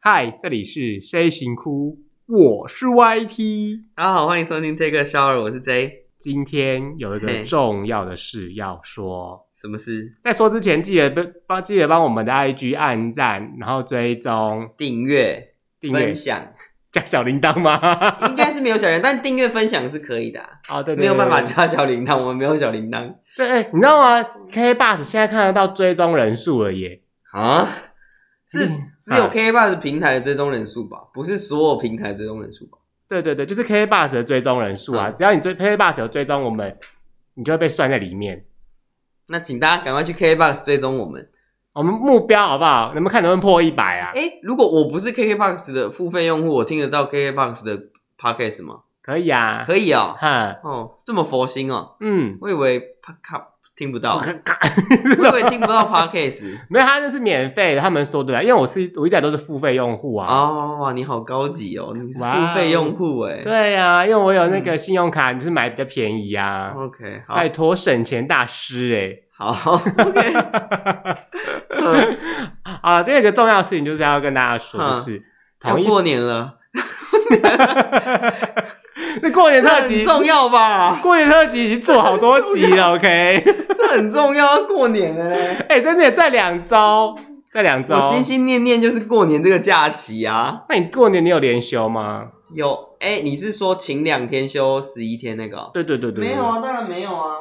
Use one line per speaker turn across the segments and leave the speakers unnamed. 嗨，这里是谁行哭，我是 YT。
大家好，欢迎收听这个 shower，我是 J。
今天有一个
嘿
重要的事要说，
什么事？
在说之前记得帮帮记得帮我们的 IG 按赞，然后追踪、
订阅、
订阅
分、享，
加小铃铛吗？
应该是没有小铃铛，但订阅分享是可以的、啊。
哦，对对对，
没有办法
对
加小铃铛，我们没有小铃铛
对，哎你知道吗？K Bus 现在看得到追踪人数了耶。
啊。是
嗯
只有
啊
K Bus 平台的追踪人数吧？不是所有平台的追踪人数吧？
对对对，就是 K Bus 的追踪人数啊，
嗯
只要你追 K Bus 有追踪我们，你就会被算在里面。
那请大家赶快去 K Box 追踪我们。
我们目标好不好？能不能看能不能破一百啊？
哎，如果我不是 KK Box 的付费用户，我听得到 KK Box 的 Podcast 吗？
可以啊，
可以哦。
哈，
哦，这么佛心哦，
嗯，
我以为 Podcast 听 不到，
哦
我 以为听不到 Podcast。
没有，他那是免费的，他们说对啊，因为我是我一直以来都是付费用户啊。
哦，哇，你好高级哦，你是
哇哦
付费用户哎。
对呀、啊，因为我有那个信用卡，就是买比较便宜啊。
，OK，好，哦
拜托，省钱大师哎、
好 ，OK，
啊，这个重要的事情就是要跟大家说的
嗯
是，
要
同一
过年了，
那过年
这
特辑
很重要吧？
过年特辑已经做好多集了，OK？
这很 重要，要过年 了嘞。
哎、真的在两周，在两周。
我心心念念就是过年这个假期啊。
那你过年你有连休吗？
有，哎，你是说请两天休十一天那个哦？
对对对对，对
没有。啊，当然没有啊。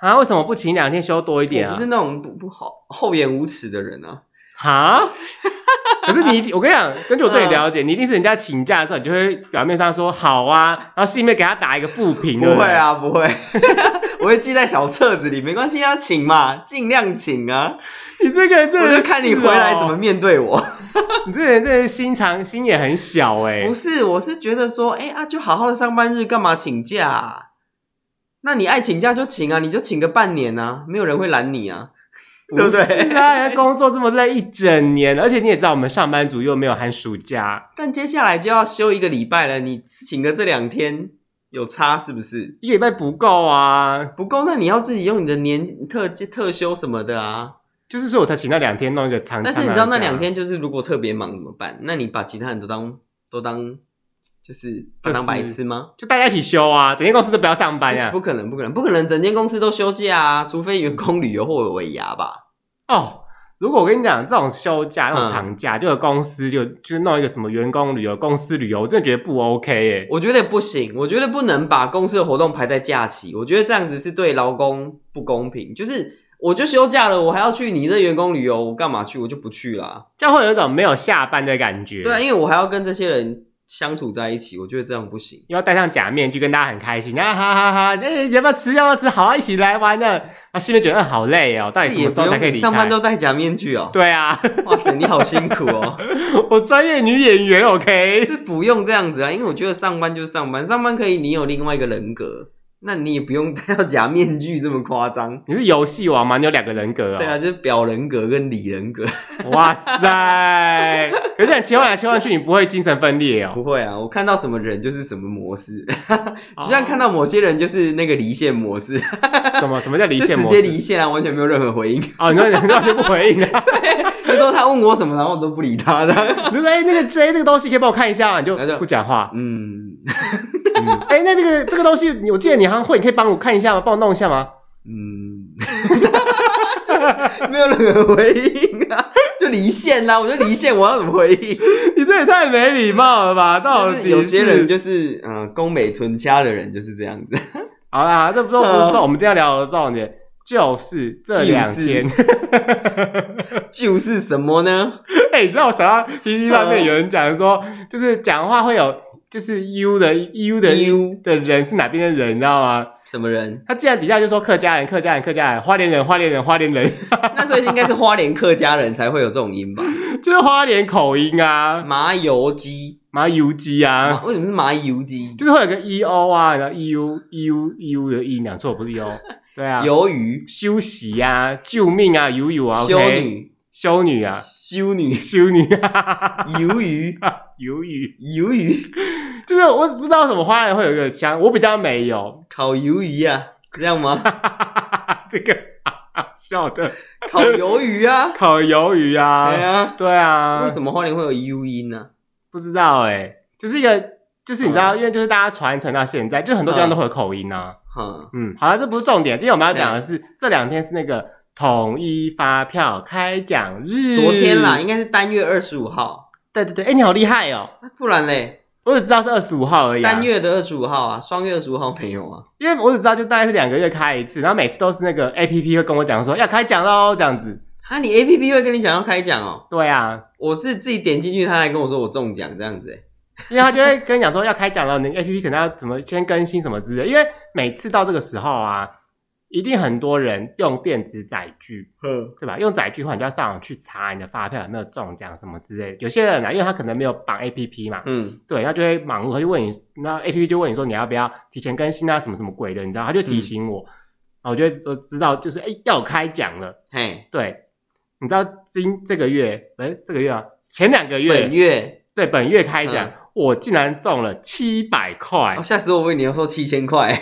啊，为什么不请两天休多一点
我
啊
不？是那种不不好厚颜无耻的人啊。
哈？可是你一定，我跟你讲，根据我对你
嗯
了解，你一定是人家请假的时候，你就会表面上说好啊，然后心里面给他打一个负评，
不
对
会
对，
啊，不会， 我会记在小册子里，没关系啊，请嘛，尽量请啊。
你这个人真的
我
是哦，哦
就看你回来怎么面对我。
你这个人真的心肠心也很小哎、
不是，我是觉得说，哎、啊，就好好的上班日，干嘛请假、啊？那你爱请假就请啊，你就请个半年啊，没有人会拦你啊，对不对？
是啊，人家工作这么累一整年，而且你也知道，我们上班族又没有寒暑假，
但接下来就要休一个礼拜了，你请的这两天有差是不是？
一个礼拜不够啊。
不够，那你要自己用你的年特特休什么的啊。
就是说我才请那两天弄一个长，
但是你知道那两
天。
天就是如果特别忙怎么办？那你把其他人都当都当就是
就是
把当白痴吗？
就大家一起休啊，整间公司都不要上班呀、
不可能，不可能，不可能！整间公司都休假啊，除非员工旅游或尾牙吧。
哦，如果我跟你讲这种休假、
嗯
那种长假，就有公司就就弄一个什么员工旅游、公司旅游，我真的觉得不 OK 耶、
我觉得不行，我觉得不能把公司的活动排在假期，我觉得这样子是对劳工不公平。就是我就休假了，我还要去你这员工旅游，我干嘛去？我就不去啦。
这样会有一种没有下班的感觉。
对啊，因为我还要跟这些人相处在一起，我觉得这样不行。
又要戴上假面具，跟大家很开心，啊哈哈哈！哎、要不要吃？要不要吃？好啊，一起来玩呢。啊，心里面觉得、嗯好累哦，到底
是
什么
也
时
不
候才
用
可以离开？
你上班都戴假面具哦。
对啊，
哇塞，你好辛苦哦。
我专业女演员，OK？
是不用这样子啊，因为我觉得上班就是上班，上班可以你有另外一个人格，那你也不用戴到假面具这么夸张。
你是游戏王吗？你有两个人格哦。
对啊，就是表人格跟里人格。
哇塞！可是你切换来切啊换去，你不会精神分裂哦。
不会啊，我看到什么人就是什么模式， 就像看到某些人就是那个离线模式，
什么什么叫 离
就
线
直
模
接
式？
离线啊，完全没有任何回应。
哦，你说你完全不回应啊？
就说他问我什么，然后我都不理他的。
你就说哎、那个 J 这个东西可以帮我看一下吗？你就
然后就
不讲话。
嗯
嗯哎、那这个这个东西，你我记得你好像会，你可以帮我看一下吗？帮我弄一下吗？
嗯， 就是没有任何回应啊， 就离线啊啦、我就离线，我要怎么回应？
你这也太没礼貌了吧！到
就
底
是有些人就是嗯、呃宫美纯掐的人就是这样子，
好啦，这不是不是重，我们今天要聊的重点就是这两天。
就是什么呢？
哎、你让我想到 PPT 上面有人讲说，就是讲话会有就是 U 的 U 的
U
的人是哪边的人，你知道吗？
什么人？
他竟然底下就说客家人、客家人、客家人、花莲人、花莲人、花莲人，
那所以应该是花莲客家人才会有这种音吧？
就是花莲口音啊，
麻油鸡，
麻油鸡啊，
麻为什么是麻油鸡？
就是会有个 e o 啊，然后 e u e u e u 的 e 两错不是 e o，对啊，
鱿鱼、
休息啊，救命啊，游泳啊，
修
OK
女、
修女啊，
修女、
修女啊，
鱿鱼、
鱿鱼，
鱿鱼、
就是我不知道为什么花莲会有一个腔，我比较没有
烤鱿鱼啊，这样吗？
这个。 笑的？，
烤鱿鱼啊
烤鱿鱼啊，
对啊，
对啊，
为什么花莲会有 U 音呢？
不知道哎、就是一个，就是你知
嗯
道，因为就是大家传承到现在，就很多地方都会有口音啊。
哈，
嗯，好了，这不是重点，今天我们要讲的是这两天是那个统一发票开奖日，
昨天啦，应该是单月二十五号，
对对对，哎、你好厉害哦、
啊不然嘞，
我只知道是二十五号而已、啊，
单月的二十五号啊，双月二十五号没有啊。
因为我只知道就大概是两个月开一次，然后每次都是那个 A P P 会跟我讲说要开奖喽这样子。
啊，你 A P P 会跟你讲要开奖哦，
对啊，
我是自己点进去，他还跟我说我中奖这样子、欸，
因为他就会跟你讲说要开奖了，你 A P P 可能要怎么先更新什么之类的。因为每次到这个时候啊，一定很多人用电子载具，
哼，
对吧？用载具的话，你就要上网去查你的发票有没有中奖什么之类的。有些人啊，因为他可能没有绑 A P P 嘛，
嗯，
对，他就会忙碌，他就问你，那 A P P 就问你说你要不要提前更新啊，什么什么鬼的，你知道？他就
嗯
提醒我，啊，我就会我知道就是哎、要开奖了。
嘿，
对，你知道今这个月，哎、这个月啊，前两个月，
本月，
对，本月开奖，
嗯
我竟然中了七百块
哦，，下次我问你要说七千块，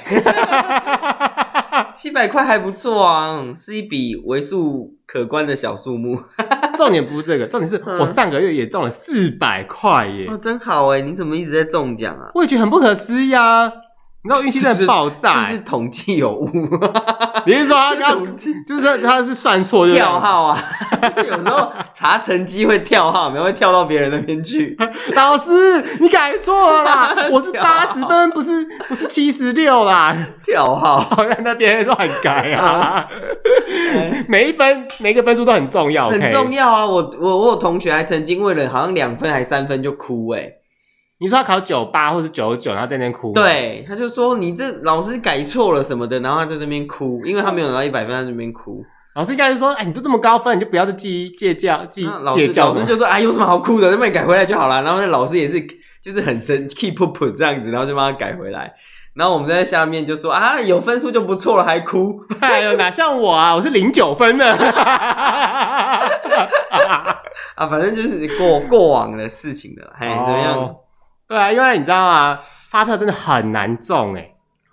七百块还不错啊，是一笔为数可观的小数目，
重点不是这个，重点是
嗯
我上个月也中了四百块耶，
哦，真好哎、你怎么一直在中奖啊？
我也觉得很不可思议啊。你知道我运气真的爆炸、欸
是不是统计有误？
你是说他他
统计
就是他是算错对不对
跳，号啊， 就有时候查成绩会跳号，然后会跳到别人那边去。
老师你改错了 啦，我是
跳号
八十分，不是不是七十六 啦，
跳 号，
好像那边乱改 啊，
哎
每一分每一个分数都很重要，
很
OK
重要啊！我我我有同学还曾经为了好像两分还三分就哭哎、
你说他考九八或是九九，然后在那边哭，，啊
对，他就说你这老师改错了什么的，然后他就在那边哭，因为他没有拿到一百分，他在那边哭。
老师应该是说，哎，你都这么高分，你就不要再记借教记
那啊老
借
师
教
老
什
师
么。
就说啊，有什么好哭的？那么你改回来就好了。然后那老师也是就是很生 keep up 这样子，然后就帮他改回来。然后我们在下面就说啊，有分数就不错了，还哭。
哎呦，哪像我啊，我是零九分的。
哎啊，反正就是过过往的事情的啦，嘿，怎么样？
哦？对啊，因为你知道吗？发票真的很难中哎、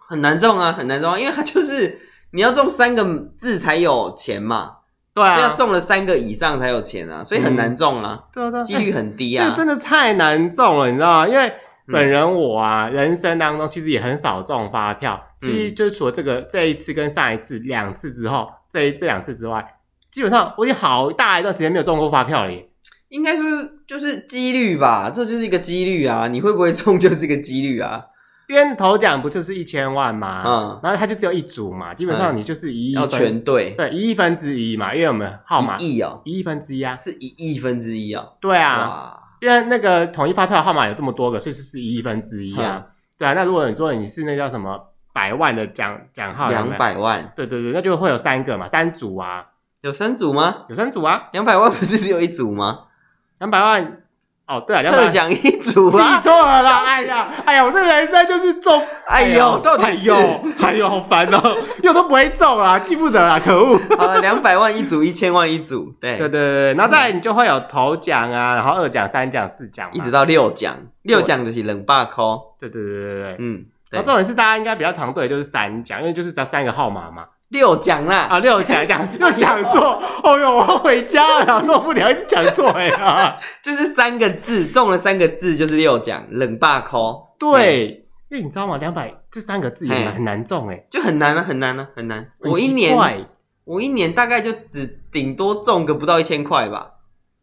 很难中啊，很难中、啊，因为它就是你要中三个字才有钱嘛，
对
所以要
啊，
中了三个以上才有钱啊，所以很难中啊，
对啊，对啊
几、率很低
哎
啊。
这真的太难中了，你知道吗？因为
嗯
本人我啊，人生当中其实也很少中发票，其
嗯
实就除了这个这一次跟上一次两次之后，这一这两次之外，基本上我已经好大一段时间没有中过发票了耶。
应该说就是几率吧，这就是一个几率啊，你会不会中就是一个几率啊，
因为头奖不就是一千万嘛，
嗯
然后它就只有一组嘛，基本上你就是一亿
要
分，
全对，
对一亿分之一嘛，因为我们号码
一亿哦，
一亿分之一啊，
是一亿分之一哦，
对啊，
哇，
因为那个统一发票号码有这么多个，所以是一亿分之一啊。
嗯
对啊，那如果你说你是那叫什么百万的奖奖号，有没
两
有，
百万
对对对，那就会有三个嘛，三组啊，
有三组吗？
有三组啊，
两百万不是只有一组吗？
两百万哦，对啊，两百
特
万。
奖一组
记
啊！
错了啦！哎呀，哎呀，我这人生就是中，
哎呦，到底
哎
是
呦，哎呦，好烦哦， 又都不会中啊，记不得啊，可恶！
好了，两百万一组，一千万一组，对，
对对对对，然后再来你就会有头奖啊，然后二奖、三奖、四奖嘛，
一直到六奖，六奖就是冷霸扣，
对对对对对。
嗯，
然
对
后，重点是大家应该比较常对的就是三奖，因为就是只要三个号码嘛。
六奖啦，
啊，六讲讲 又讲错，哦呦，我要回家了，受不了，一直讲错哎呀。
就是三个字，中了三个字就是六奖，冷霸扣，
对，哎因为你知道吗？两百这三个字也
嘿
很难中哎、
就很难啊，很难啊，很难。
很
我一
奇
年，
怪哎、
我一年大概就只顶多中个不到一千块吧，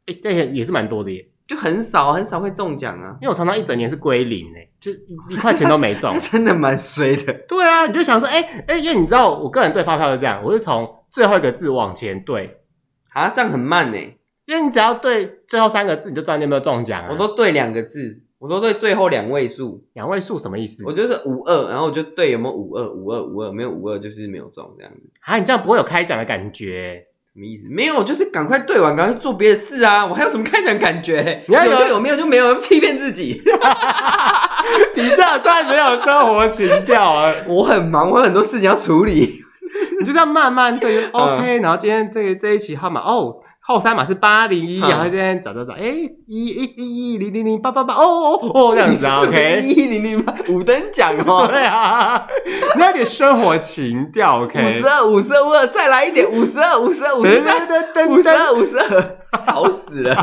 哎这也也是蛮多的耶，
就很少很少会中奖啊，
因为我常常一整年是归零哎、就一一块钱都没中
那。 真的蛮衰的。
对啊，你就想说，哎、哎、因为你知道我个人对发票是这样，我是从最后一个字往前对，
啊，这样很慢呢、
因为你只要对最后三个字，你就知道你有没有中奖啊。
我都对两个字，我都对最后两位数，
两位数什么意思
我？就是五二，然后我就对有没有五二五二五二，没有五二就是没有中这样子。
啊，你这样不会有开奖的感觉欸、
什么意思？没有，就是赶快对完，赶快做别的事啊！我还有什么开展感觉？
你要有
有就有，没有就没有，欺骗自己。
你这样突然没有生活情调啊！
我很忙，我有很多事情要处 理。嗯
你就这样慢慢对于 OK，、然后今天这这一期号码哦，后三码是八零一，
嗯
然后这边找找找，哎，一一一一零零零八八八，哦哦哦，这样子 啊，OK，
一零零八五等奖哦，
对啊，你要有点生活情调，OK，
五十二五十二，再来一点，五十二五十二五十三。
噔噔
五十二，五十二， 少 死了。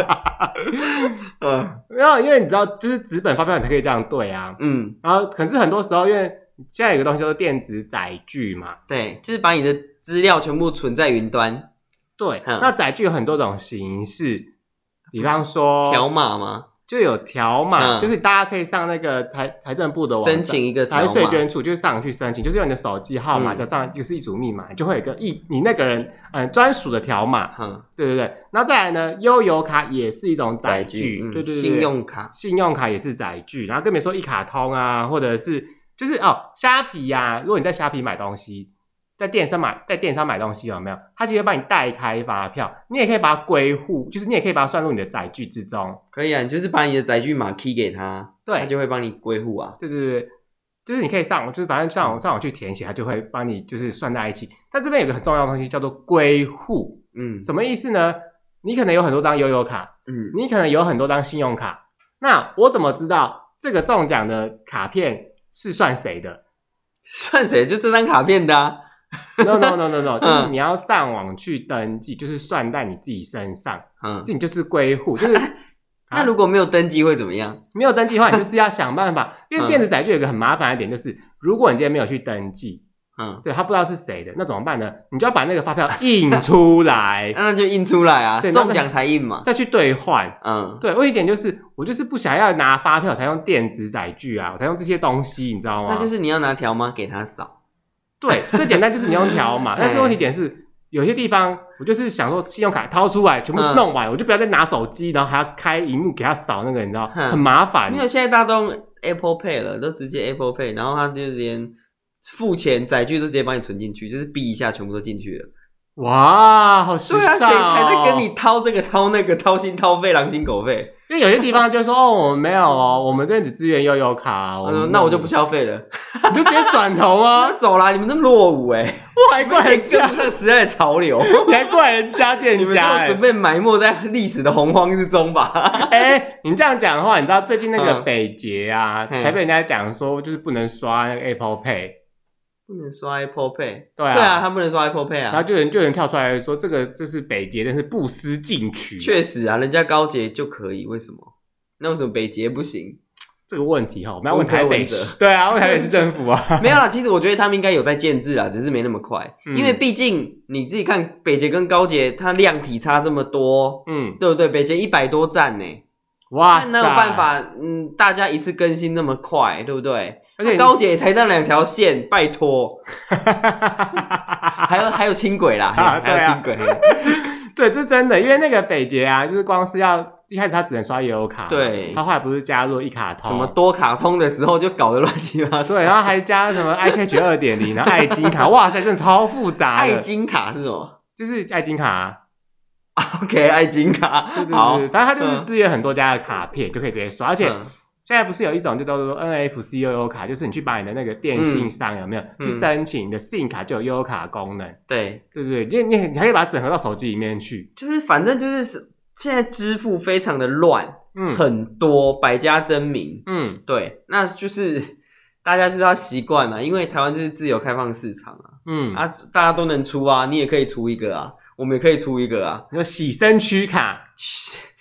嗯
没有，因为你知道，就是纸本发票你才可以这样对啊。
嗯，
然后，可是很多时候，因为现在有一个东西叫做电子载具嘛，
对，就是把你的资料全部存在云端，
对，
嗯
那载具有很多种形式，比方说
条码吗？
就有条码，
嗯
就是大家可以上那个财财政部的网站
申请一个条
财
码，
税捐处，就是上去申请，就是用你的手机号码
嗯
加上就是一组密码，就会有一个一你那个人嗯专属的条码，
嗯，
对对对。那再来呢，悠游卡也是一种载
载
具，
具，嗯
对对对，
信用卡，
信用卡也是载具，然后更别说一卡通啊，或者是就是哦，虾皮呀、如果你在虾皮买东西，在电商买在电商买东西有没有？它其实帮你代开发票，你也可以把它归户，就是你也可以把它算入你的载具之中。
可以啊，你就是把你的载具码 key 给他，他
对，
就会帮你归户啊。
对对对对，就是你可以上网，就是反正
嗯
上网上网去填写，它就会帮你就是算在一起。但这边有个很重要的东西叫做归户，
嗯
什么意思呢？你可能有很多张悠游卡，
嗯，
你可能有很多张信用卡，那我怎么知道这个中奖的卡片是算谁的
算谁？就这张卡片的啊。
？No No No No No，就是
嗯
你要上网去登记，就是算在你自己身上，
嗯，
就你就是归户，就是啊
那如果没有登记会怎么样？
没有登记的话，你就是要想办法，因为
嗯
电子载具有一个很麻烦的点，就是如果你今天没有去登记，
嗯，
对他不知道是谁的，那怎么办呢？你就要把那个发票印出 来，
那就印出来啊，
对那
中奖才印嘛。
再去兑换。
嗯，
对，我有一点就是，我就是不想要拿发票，才用电子载具啊，我才用这些东西，你知道吗？
那就是你要拿条码给他扫。，
对，最简单就是你用条码 但是问题点是，有些地方我就是想说信用卡掏出来全部
嗯
弄完，我就不要再拿手机，然后还要开荧幕给他扫那个，你知道，
嗯
很麻烦
没。有，现在大家都用 Apple Pay 了，都直接 Apple Pay，然后他就连付钱载具都直接帮你存进去，就是逼一下全部都进去了。
哇，好时
对啊，谁
尚、哦！
还在跟你？掏这个掏那个掏心掏肺狼心狗肺？
因为有些地方就说哦，我们没有哦，我们这边只支援悠游卡、
他
哦。
说：“那我就不，消费了，
你就直接转头
啊，
啊！
走啦！你们这么落伍哎、欸，
我还怪人
跟
家
不，上时代的 潮流。”
你还怪人家店
你们
家、
都
欸
准？备埋没在历史的洪荒之中 吧？
哎、你这样讲的话，你知道最近那个
嗯
北捷啊，
嘿
还被人家讲说就是不能刷那个 Apple Pay，
不能刷 Apple Pay，
对
对啊，他不能刷 Apple Pay
然后
啊。
就有人就有人跳出来说，这个就是北捷，真是不思进取。
确实啊，人家高捷就可以，为什么？那为什么北捷 不行？
这个问题哈，我们要问台北
中科文
市， 对啊，问台北 市政府啊。
没有啦，其实我觉得他们应该有在建制啦，只是没那么快，
嗯
因为毕竟你自己看北捷跟高捷，它量体差这么多，
嗯，
对不对？北捷一百多站呢、
哇塞，
那哪有办？法？嗯，大家一次更新那么快，对不对？啊
而且
高铁才那两 条线，拜托，还有还有轻轨啦，
啊
还有
对啊
轻轨，
对，这真的，因为那个北捷啊，就是光是要一开始他只能刷悠游卡，
对
他后来不是加入一卡通
什么。啊多卡通的时候就搞得乱七八糟。
对，然后还加什么 iCatch 二点零，然后爱金 卡，哇塞，真的超复杂
爱
的，
金卡是什么
就是爱金卡啊，
？OK，爱金卡，
对对
好
对，，反正它就是
嗯
支援很多家的卡片，就可以直接刷，而且
嗯
现在不是有一种就叫做 NFC 悠游卡，就是你去把你的那个电信商有没有、
嗯
去申请你的 SIM 卡就有悠游卡的功能，
对，
对不对？因为你你还可以把它整合到手机里面去，
就是反正就是现在支付非常的乱，
嗯
很多百家争鸣。
嗯
对，那就是大家就是要习惯了，因为台湾就是自由开放市场啊。
嗯，，
啊，大家都能出啊，你也可以出一个啊，我们也可以出一个啊
你说洗身躯卡，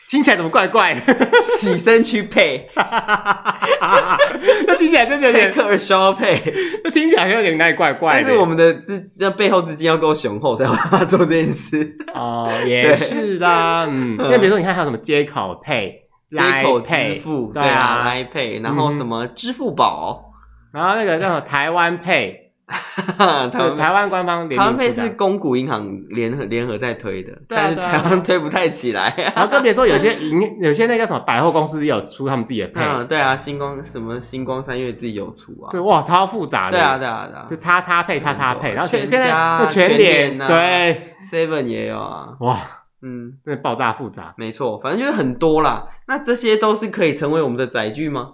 听起来怎么怪怪的？
洗身躯配，
那听起来真的有
配
点，
克尔肖配，
那听起来有点那怪怪
但
的。
是我们的资那背后资金要够雄厚才有办法做这件 事。
哦也是啦，嗯，
嗯
那比如说你看还有什么接口配、
接口
Line
支
Pay，
付，对
对
啊
啊，
来配，然后什么支付宝，
然后那个叫什么台湾配，
哈哈 台
嗯对
湾
台湾官方联
台湾
名
配
出的啊
是公股银行联合联合在推的，
对啊
但是
对啊
台湾推不太起来。
然后更别说有些 营，有些那个叫什么百货公司也有出他们自己的配，
嗯，对啊，星光什么星光三月自己有出啊，
对，哇，超复杂的。
对啊，对啊，对啊嗯
就叉叉配叉叉配，然后现
全
现在
家
那全
全
脸，
脸啊
对，
，Seven 也有啊，
哇，
嗯。
真的爆炸复杂。
没错，反正就是很多啦。那这些都是可以成为我们的载具吗？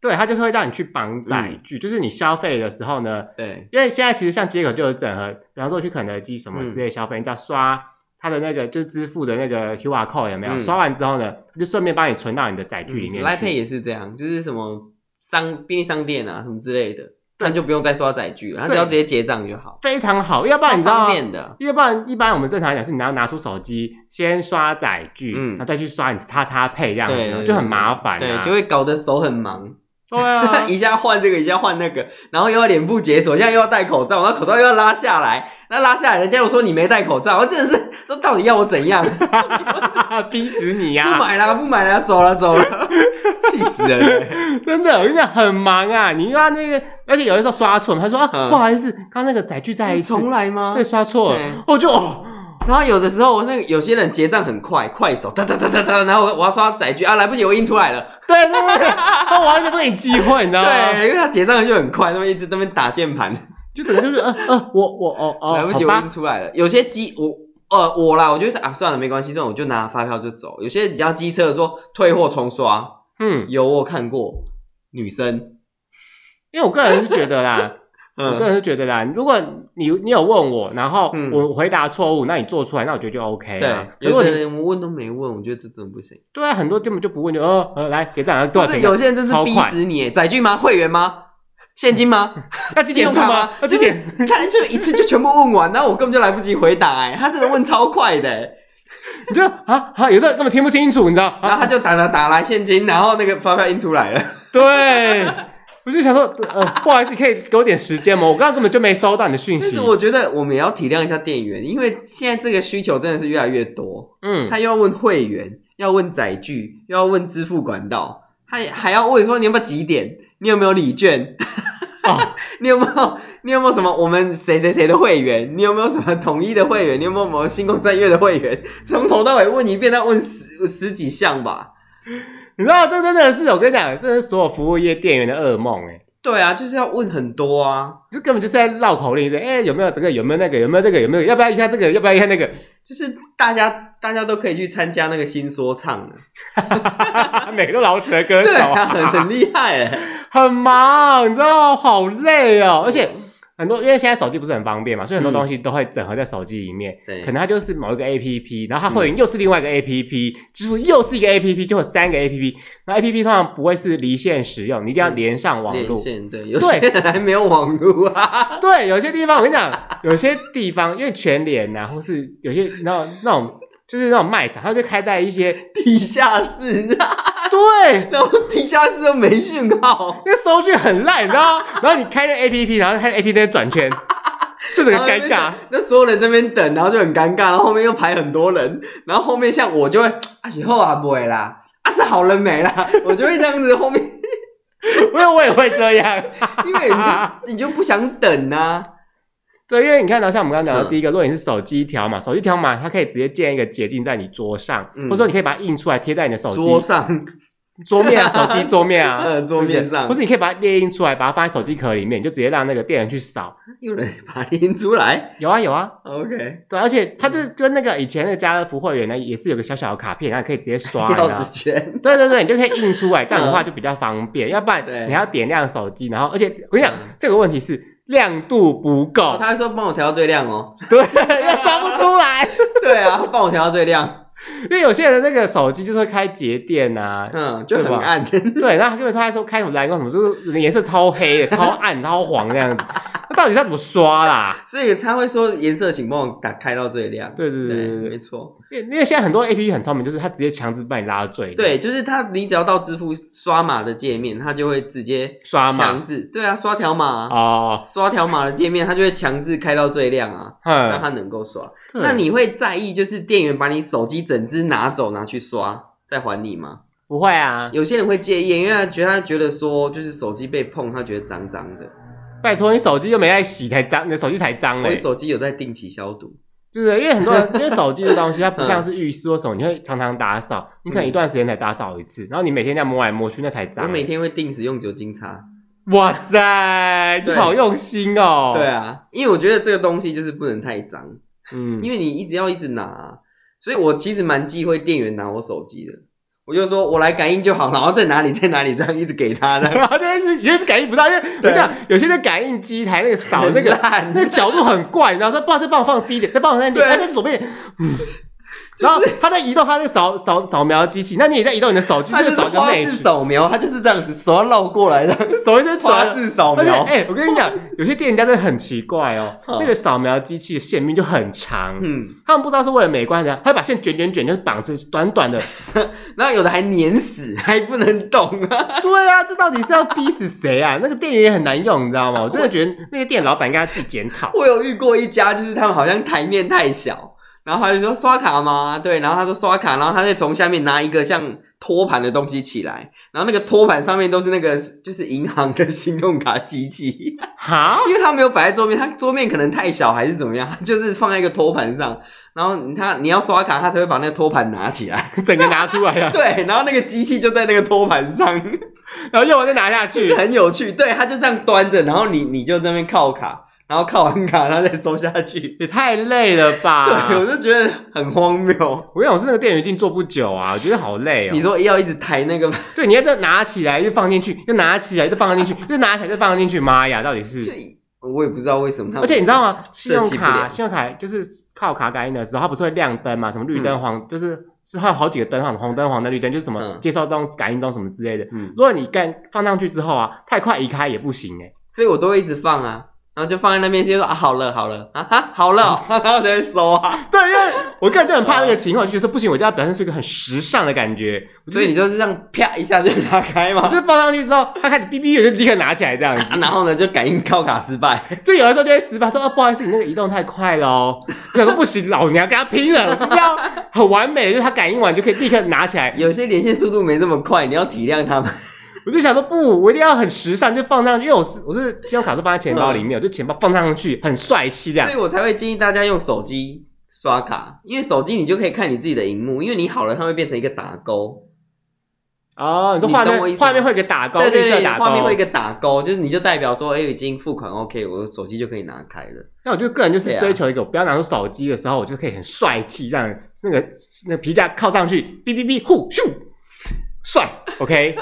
对，它就是会让你去绑载
嗯
具，就是你消费的时候呢，
对，嗯
因为现在其实像接口就有整合，比方说去肯德基什么之类消费，你只要刷他的那个就是支付的那个 QR code 有没有、
嗯
刷完之后呢，他就顺便帮你存到你的载具里面
来
去。
嗯配也是这样，就是什么商便利商店啊什么之类的，那就不用再刷载具了，他只要直接结账就好，
非常好，要不然
蛮
你知道
方
吗
便的。
要不然一般我们正常来讲是你要拿出手机先刷载具，
嗯
然后再去刷你叉叉配这样
对
子，就很麻烦、啊。
对，就会搞得手很忙，
对啊
，一下换这个，一下换那个，然后又要脸部解锁，现在又要戴口罩，然后口罩又要拉下来，那拉下来，人家又说你没戴口罩，我真的是，那到底要我怎样？
逼死你
不
呀、啊！
买啦，不买啦，走了走了， 气死人了！
真的，真的很忙啊！你让那个，而且有的时候刷错，他说啊、
嗯哎
不好意思，刚刚那个载具再一次，
重来吗
对，？刷错
对
了，我就哦，
然后有的时候那个有些人结账很快，快手哒哒哒哒哒，然后我我要刷载具啊，来不及，我印出来了。
对对对 对，他完全不给你机会，你知道吗？
对，因为他结账就很快，他们一直在那边打键盘，
就整个就是呃呃，我我哦哦，
来不及，
好
我
吧
印出来了。有些机我。呃，我啦，我就想啊，算了，没关系，算了，我就拿发票就走。有些比较机车的说退货重刷，
嗯，
有我看过女生，
因为我个人是觉得啦，我个
嗯，
人是觉得啦，如果你你有问我，然后
嗯
我回答错误，那你做出来，那我觉得就 OK
对
了。，如
有
果
的
你
人问都没问，我觉得这真的不行。
对啊，很多根本就不问就哦，呃来给账，多
不
少
是
钱？
有些人真是
超
逼
快
死你，载具吗？会员吗？现金吗？
要几点
信用
数
卡
吗？啊要
就
几
是
点？
他就一次就全部问完，然后我根本就来不及回答，哎，他真的问超快的，哎
你就啊啊，有时候根本听不清楚，你知道？
然后
啊，
他就打打打来现金，然后那个发票印出来了，
对， 我就想说，呃，不好意思，可以给我点时间吗？我刚刚根本就没收到你的讯
但
息
是。我觉得我们也要体谅一下店员，因为现在这个需求真的是越来越多，
嗯，
他又要问会员，要问载具，又要问支付管道，他也还要问说你有没有几点，你有没有礼券，
哦，
你有没有？你有没有什么我们谁谁谁的会员？你有没有什么统一的会员？你有没有什么星光战月的会员？从头到尾问一遍，他问十十几项吧。
你知道这真的是我跟你讲，这是所有服务业店员的噩梦哎。
对啊，就是要问很多啊，
就根本就是在绕口令，哎、有没有这个？有没有那个？有没有这个？有没有？要不要一下这个？要不要一下那个？
就是大家大家都可以去参加那个新说唱的，啊
每个都老舌歌手
对啊，
啊、
很很厉害哎。
很忙，你知道，好累哦。 而且很多，因为现在手机不是很方便嘛，所以很多
嗯
东西都会整合在手机里面。
对
可能它就是某一个 A P P，然后它会员又是另外一个 A P P，、支付又是一个 A P P，就有三个 A P P。那 A P P 通常不会是离线使用，你一定要连上网
连
络。
线对，有些人还没有网络啊。
对，有些地方我跟你讲， 有些地方因为全联呐、或是有些那种那种就是那种卖场，它就开在一 些
地下室啊，
对。
然后地下室又没讯号，
那收据很烂，你知道吗？然后你开那 A P P，然后看 A P P 在那转 圈， 这整个尴尬。。
那所有人这边等，然后就很尴尬，然后后面又排很多人，然后后面像我就会啊是后啊不会啦，啊是好人 没啦，我就会这样子。后面
因为我也会这样，
因为你就你就不想等啊呐、
对，因为你看到像我们刚刚讲
嗯
的第一个，如果你是手机条码，手机条码它可以直接建一个捷径在你桌上，
嗯
或者说你可以把它印出来贴在你的手机
桌上
桌面啊，手机桌面啊
呃，桌面上
或是你可以把它列印出来，把它放在手机壳里面，你就直接让那个店员去扫。
有人把它印出来
有啊有啊，
，OK，
对，而且它
嗯
这跟那个以前的家乐福会员呢，也是有个小小的卡片，然后可以直接 刷。你知道
钥
吗
匙圈，
对对对，你就可以印出来，这样的话
嗯
就比较方便。要不
对
然你还要点亮手机，然后而且我跟你讲
嗯，哦
这个问题是亮度不够，
他会说帮我调到最亮哦，
对， 又刷不出来。
对啊，帮我调到最亮，
因为有些人那个手机就是会开节电 啊，
嗯，就
对
很
吧
暗，
对，然后他根本说他说开什么蓝光什么，就是颜色超黑的、超暗、超黄这样子，那到底要怎么刷啦？
所以他会说颜色请帮我打开到最亮，
对对对对对
没错。
因为因为现在很多 A P P 很聪明，就是他直接强制把你拉到最里面
对，就是他，你只要到支付刷码的界面，他就会直接
刷
强
嘛，
制，对啊，刷条码啊、
哦，
刷条码的界面，他就会强制开到最亮啊，让
哼，
他能够刷。
对
那你会在意就是店员把你手机整只拿走拿去刷再还你吗？
不会啊？
有些人会介意，因为他觉得他觉得说就是手机被碰，他觉得脏脏的。
拜托，你手机又没在洗，才脏，你的手机才脏
我
嘞。
手机有在定期消毒，
就是因为很 多人，因为手机的东西，它不像是浴室或什么，你会常常打扫，
嗯
你可能一段时间才打扫一次，然后你每天这样摸来摸去，那才
我
脏。欸
每天会定时用酒精擦。
哇塞，你
对
好用心哦。
对，啊，因为我觉得这个东西就是不能太脏。
嗯，
因为你一直要一直拿啊、所以我其实蛮忌讳店员拿我手机的。我就说我来感应就好，然后在哪里在哪里这样一直给他 的，
然后 就是有些感应不到，因为我跟你讲有些那感应机台那个扫那
很
个
烂
那角度很怪，然后他不知道再帮我放低一点，再帮我放低一点，
对
哎，再左边一点，然后他在移动他那个扫扫扫描机器，那你也在移动你的手机，
他
这个
就是
扫就
花
内
式扫描，他就是这样子手要绕过来的，
手一直
花
转。
式扫
啊而且，
描，
哎、我跟你讲，有些店家真的很奇怪 哦，那个扫描机器的线命就很长，
嗯，
他们不知道是为了美观的，他把线卷卷卷，就是绑着短短 的。
然后有的还碾死，还不能动啊，
对啊，这到底是要逼死谁啊？那个店员也很难用，你知道吗？我真的觉得那个店老板应该自己检讨。
我有遇过一家，就是他们好像台面太小，然后他就说刷卡吗？对，然后他说刷卡，然后他再从下面拿一个像托盘的东西起来，然后那个托盘上面都是那个就是银行的信用卡机器，
哈，
因为他没有摆在桌面，他桌面可能太小还是怎么样，就是放在一个托盘上，然后他你要刷卡，他才会把那个托盘拿起来，
整个拿出来啊了，
对，然后那个机器就在那个托盘上。
然后用完再拿下去。
很有趣，对，他就这样端着，然后你你就在那边靠卡，然后靠完卡，他再收下去。
也太累了吧！
对，我就觉得很荒谬。
我想我是那个店员一定做不久啊，嗯我觉得好累哦。
你说要一直抬那个，
对，你要这样拿起来又放进去，又拿起来又放进去， 又拿起来又放进去，妈呀，到底？
就是我也不知道为什么他们，
而且你知道吗？信用
设计不
卡，
了
信用卡就是靠卡感应的时候，它不是会亮灯嘛？什么绿灯、黄，就是是它有好几个灯，哈，红灯、黄灯、绿灯，就是什么
嗯
接收灯、感应灯什么之类的。
嗯，
如果你干放上去之后啊，太快移开也不行哎、
所以我都会一直放啊，然后就放在那边，先说啊，好了好了啊哈，好了 哦，然后才会收啊。
对，因为我个人就很怕那个情况，就觉得说不行，我一定要表现出一个很时尚的感觉。
所以你就是这样啪一下就打开嘛
就，是放上去之后，它开始哔哔，我就立刻拿起来这样子。
啊然后呢就感应靠卡失 败，
就有的时候就会失败，说哦，不好意思，你那个移动太快了哦。我想说不行，老娘跟他拼了，我就是要很完美，就是他感应完就可以立刻拿起来。
有些连线速度没这么快，你要体谅 他们。
我就想说不，我一定要很时尚，就放上去，因为我是我是信用卡是放在钱包里面，我就钱包放上去很帅气这样
所以。我才会建议大家用手机刷卡，因为手机你就可以看你自己的荧幕，因为你好了，它会变成一个打勾，
哦，你说
你
画
懂我意
面
思吗
画面会有个打勾，
对对
绿色
对，
打
画面会一
勾。
个打勾，就是你就代表说，哎、已经付款 OK，我手机就可以拿开了。
那我就个人就是
对啊
追求一个，我不要拿出手机的时候，我就可以很帅气，这样那个那个皮夹靠上去，哔哔哔，呼咻，帅，OK。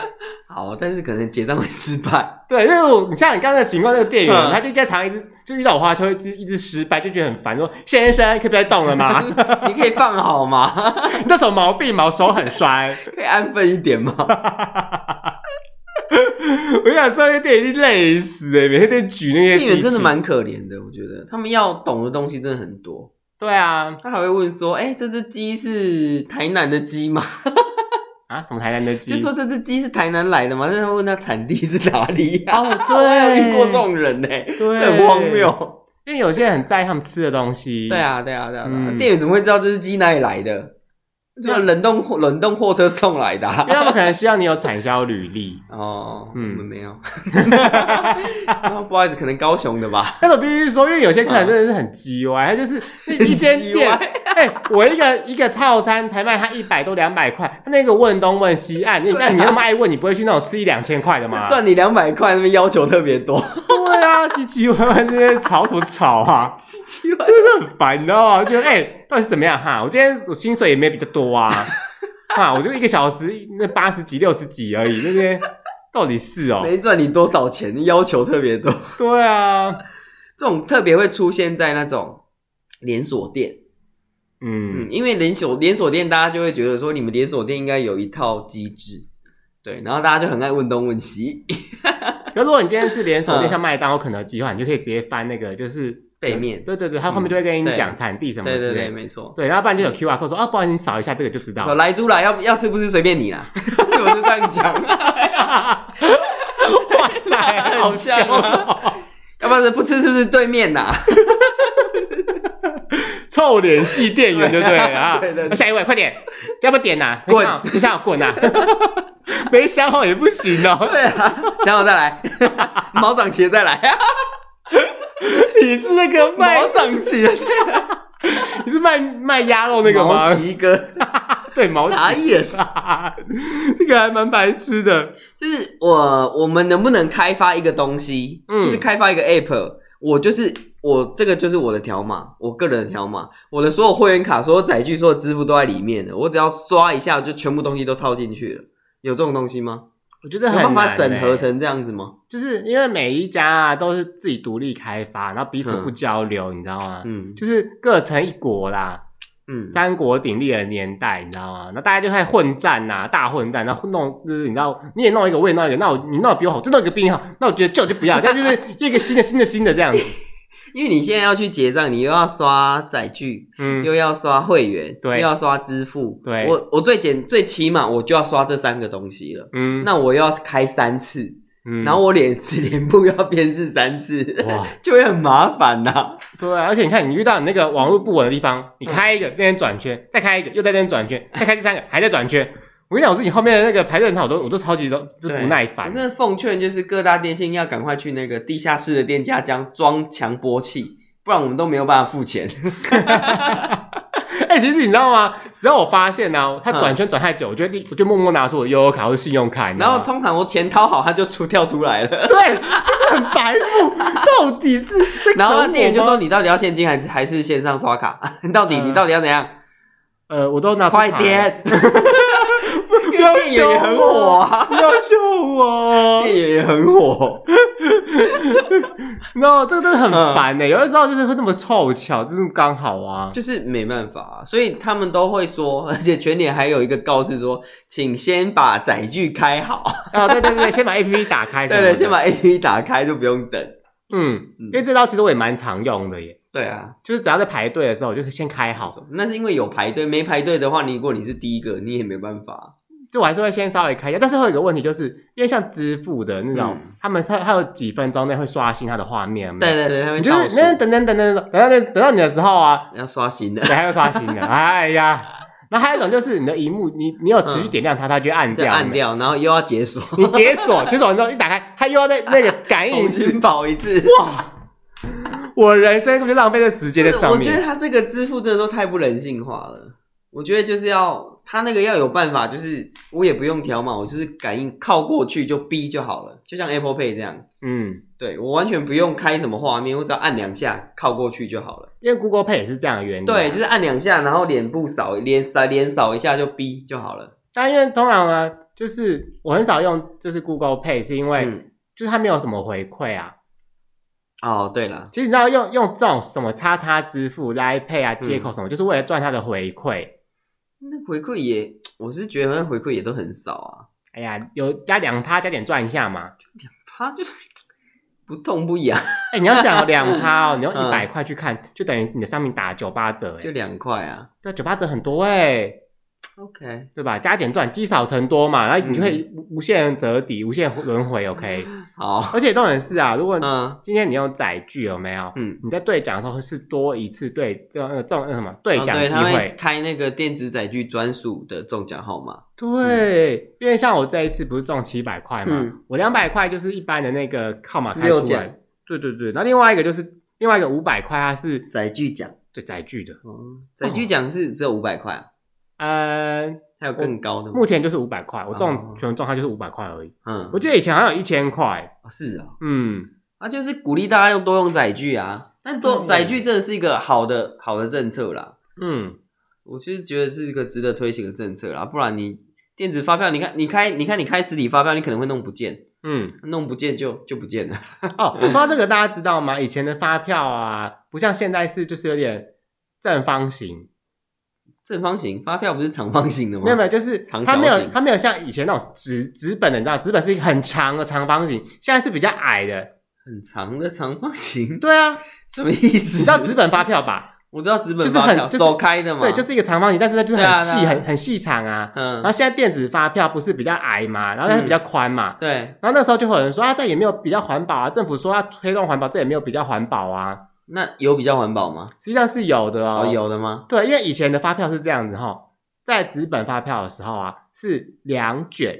好，但是可能结账会失败，
对，因为我你像你刚才的情况，那个店员、
嗯
他就在常一直就遇到我花球，一直一直失败，就觉得很烦，说先生可以不要再动了吗？
你可以放好吗？
你那手毛病毛手很酸。
可以安分 一点吗？
我想说，那个店员已经累死哎、每天在举那些
店员真的
机器
蛮可怜的，我觉得他们要懂的东西真的很多。
对啊
他还会问说：“哎、这只鸡是台南的鸡吗？”
啊什么台南的
就
鸡，
说这只鸡是台南来的嘛，那他问他产地是哪里呀、
哦对
我有遇过这种人呢、
对
这很荒谬。
因为有些人很在意他们吃的东西。
对，啊，对啊，对啊，对啊
嗯
店员怎么会知道这只鸡哪里来的？就是冷冻货冷冻货车送来的、
因为他
啊。
们可能需要你有产销履历。
哦，
嗯
我们 没有。啊不好意思，可能高雄的 吧。
但是我必须说，因为有些客人真的是很鸡歪，他就是是一间
嗯很
店，
GY
哎、我一个一个套餐才卖他一百多两百块，他那个问东问西按，你、
对啊
你那么爱问，你不会去那种吃一两千块的 吗？
赚你两百块，那边要求特别 多。
对啊，唧唧歪歪这些吵什么吵啊，真的很烦，你知道吗？觉得哎、到底是怎么样哈？我今天我薪水也没比较多啊，哈，我就一个小时那八十几六十几而已，那些到底是哦、
没赚你多少钱，要求特别多。
对啊，
这种特别会出现在那种连锁店。嗯
嗯，，
因为连锁连锁店，大家就会觉得说，你们连锁店应该有一套机制，对，然后大家就很爱问东问西，
那如果你今天是连锁店，
嗯
像麦当劳、肯德基的话，你就可以直接翻那个就是
背面嗯
对对对，他后面就会跟你
对
讲产地什么
对
之类的。
对对，没错。
对，然后不然就有 QR code 说啊，不好意思，你扫一下这个就知
说
道。
来猪啦，要要是不是随便你啦， 我就这样讲，
哇塞， 好像哦，
要不然是不吃是不是对面呐？
臭脸系店员，对不对啊？
对对对
下一位，快点，要不要点啊呐？
滚
等一下，滚呐！啊 没想好也不行哦，
对啊，想好 再来，毛长齐了再来，
你是那个卖
毛，长齐了再来，
你是卖卖鸭肉那个
毛
吗？
齐哥，
对，毛
傻
奇，
眼。
这个还蛮白痴的。
就是我我们能不能开发一个东西，
嗯
就是开发一个 app，我就是我这个就是我的条码，我个人的条码，我的所有会员卡、所有载具、所有支付都在里面的，我只要刷一下就全部东西都套进去了。有这种东西吗？
我觉
有
得很
办
难、
法
欸、
整合成这样子吗？
就是因为每一家啊都是自己独立开发，然后彼此
嗯
不交流，你知道吗？
嗯
欸就是各成一国啦，
嗯，
三国鼎立的年代，你知道吗？那大家就开始混战呐、大混战，然后弄就是你知道，你也弄一个，我也弄一个，那我你弄的比我好，这弄一个比你好，那我觉得这我就不要，但就是一个新的新的新的这样子，
因为你现在要去结账，你又要刷载具，
嗯，
又要刷会员，
对
又要刷支付，
对
我我最简最起码我就要刷这三个东西了。
嗯，
那我又要开三次，
嗯哦
然后我脸是脸部要辨识三次，
哇，
就会很麻烦呐、
对啊，而且你看，你遇到你那个网络不稳的地方，你开一个那边转圈，再开一个又在那边转圈，再开第三个还在转圈。我跟你讲，我自己后面的那个排队人潮，我都我都超级都就
对
不耐烦
我。真的奉劝，就是各大电信要赶快去那个地下室的店家将装强波器，不然我们都没有办法付钱。
嗯哎、其实你知道吗？只要我发现呢、啊，他转圈转太久，我就立我就默默拿出我的悠游卡或是信用卡，你知
嗯然
道
后
吗？
通常我钱掏好，它就出跳出来了。
对，真的很白目， 到底是 在
然后
整我
那店员就
吗
说：“你到底要现金还是还是线上刷卡？ 到底
嗯
你到底要怎样？
呃，我都拿出
快
卡了，
点！”
不 要
店员也很
凶我
火啊，
不要秀我，
店员也很火。
no，这个真的很
嗯
烦呢、欸有的时候就是会那么凑巧，就是刚好 啊。
就是没办法、啊所以他们都会说，而且全脸还有一个告示说，请先把载具开好。
啊，对对对，先把 A P P 打开。
对对，先。把 A P P 打开就不用等。
嗯，
嗯
因为这招其实我也蛮常用的耶，
对啊，
就是只要在排队的时候，我就先开好，
那是因为有排队，没排队的话，你如果你是第一个，你也没办法。
就我还是会先稍微开一下。但是会有一个问题，就是因为像支付的那种，
嗯
他们它它有几分钟内会刷新它的画面嘛？
对，对对，他们
嗯你就是
倒
那
数
等等等等等到那等到你的时候啊，
要刷新的，
对，还会刷新的。哎呀，然后还有一种就是你的荧幕，你你有持续点亮它，它就会按
再
掉。
嗯按。掉，然后又要解锁，
你解锁，解锁完之后一打开，它又要在那个感应
重
时
新跑一次。
我人生根本就浪费在时间在上
我觉得
面。
他这个支付真的都太不人性化了。我觉得就是要他那个要有办法，就是我也不用条码，我就是感应靠过去就逼就好了，就像 Apple Pay 这样。
嗯，
对我完全不用开什么画面，我只要按两下靠过去就好了。
因为 Google Pay 也是这样的原理啊。
对，就是按两下，然后脸部扫脸扫脸扫一下就逼就好了。
但因为通常呢，就是我很少用就是 Google Pay，是因为、
嗯
就是它没有什么回馈啊。
哦，对了，
其实你知道用用这种什么叉叉支付、来 Pay
嗯
啊、接口什么，就是为了赚它的回馈。
那回馈也，我是觉得回馈也都很少啊，
哎呀，有加两趴加点赚一下嘛。
他就是不痛不痒，
哎，你要想哦两趴哦，你用
嗯
一百块去看，就等于你的商品打九八折
就
哎。
两块啊。
对，九八折很多哎，
OK，
对吧？加减赚，积少成多嘛，然后你
嗯
可以无无限折抵、无限轮回，OK。
好，
而且重点是啊，如果
嗯
今天你用载具有没有？
嗯。
你在兑奖的时候是多一次兑，这呃中那什么兑
哦
奖
对，
机
他会
会。
开那个电子载具专属的中奖号码。
对，因为像我这一次不是中七百块嘛，
嗯
我两百块就是一般的那个号码开
六
出
奖
来。对对对，然后另外一个就是另外一个五百块，它是
载具奖，
对载具的。
哦，载具奖是只有五百块啊，
呃，
还有更高的吗？
哦目前就是五百块，我
哦
中全中它就是五百块而已。
嗯
我，记得以前好像有一千块，
哦是啊，
嗯，
啊，就是鼓励大家用多用载具啊。但多
嗯
载具真的是一个好的好的政策啦，
嗯，
我其实觉得是一个值得推行的政策啦。不然你电子发票，你看你开你看你开实体发票，你可能会弄不见，
嗯，
弄不见就就不见了。
哦，说到这个，大家知道吗？以前的发票啊，不像现在是就是有点正方形，
正方形发票不是长方形的吗？
没有没有，就是
长
它没
条
有
形
它没有像以前那种纸纸本的，你知道，纸本是一个很长的长方形，现在是比较矮的。
很长的长方形，
对啊，
什么意思？
你知道纸本发票 吧？
我知道纸本
就是
发
很
票
就是
手开的嘛，
对，就是一个长方形，但是它就是
对啊
很细、
对啊
很很细长啊。
嗯
然后，现在电子发票不是比较矮嘛，然后它是比较宽嘛。
对，
然后那时候就会有人说啊，这也没有比较环保啊，政府说要推动环保，这也没有比较环保啊，
那有比较环保吗？
实际上是有的
哦，有的吗？
对，因为以前的发票是这样子哈，在纸本发票的时候啊，是两卷，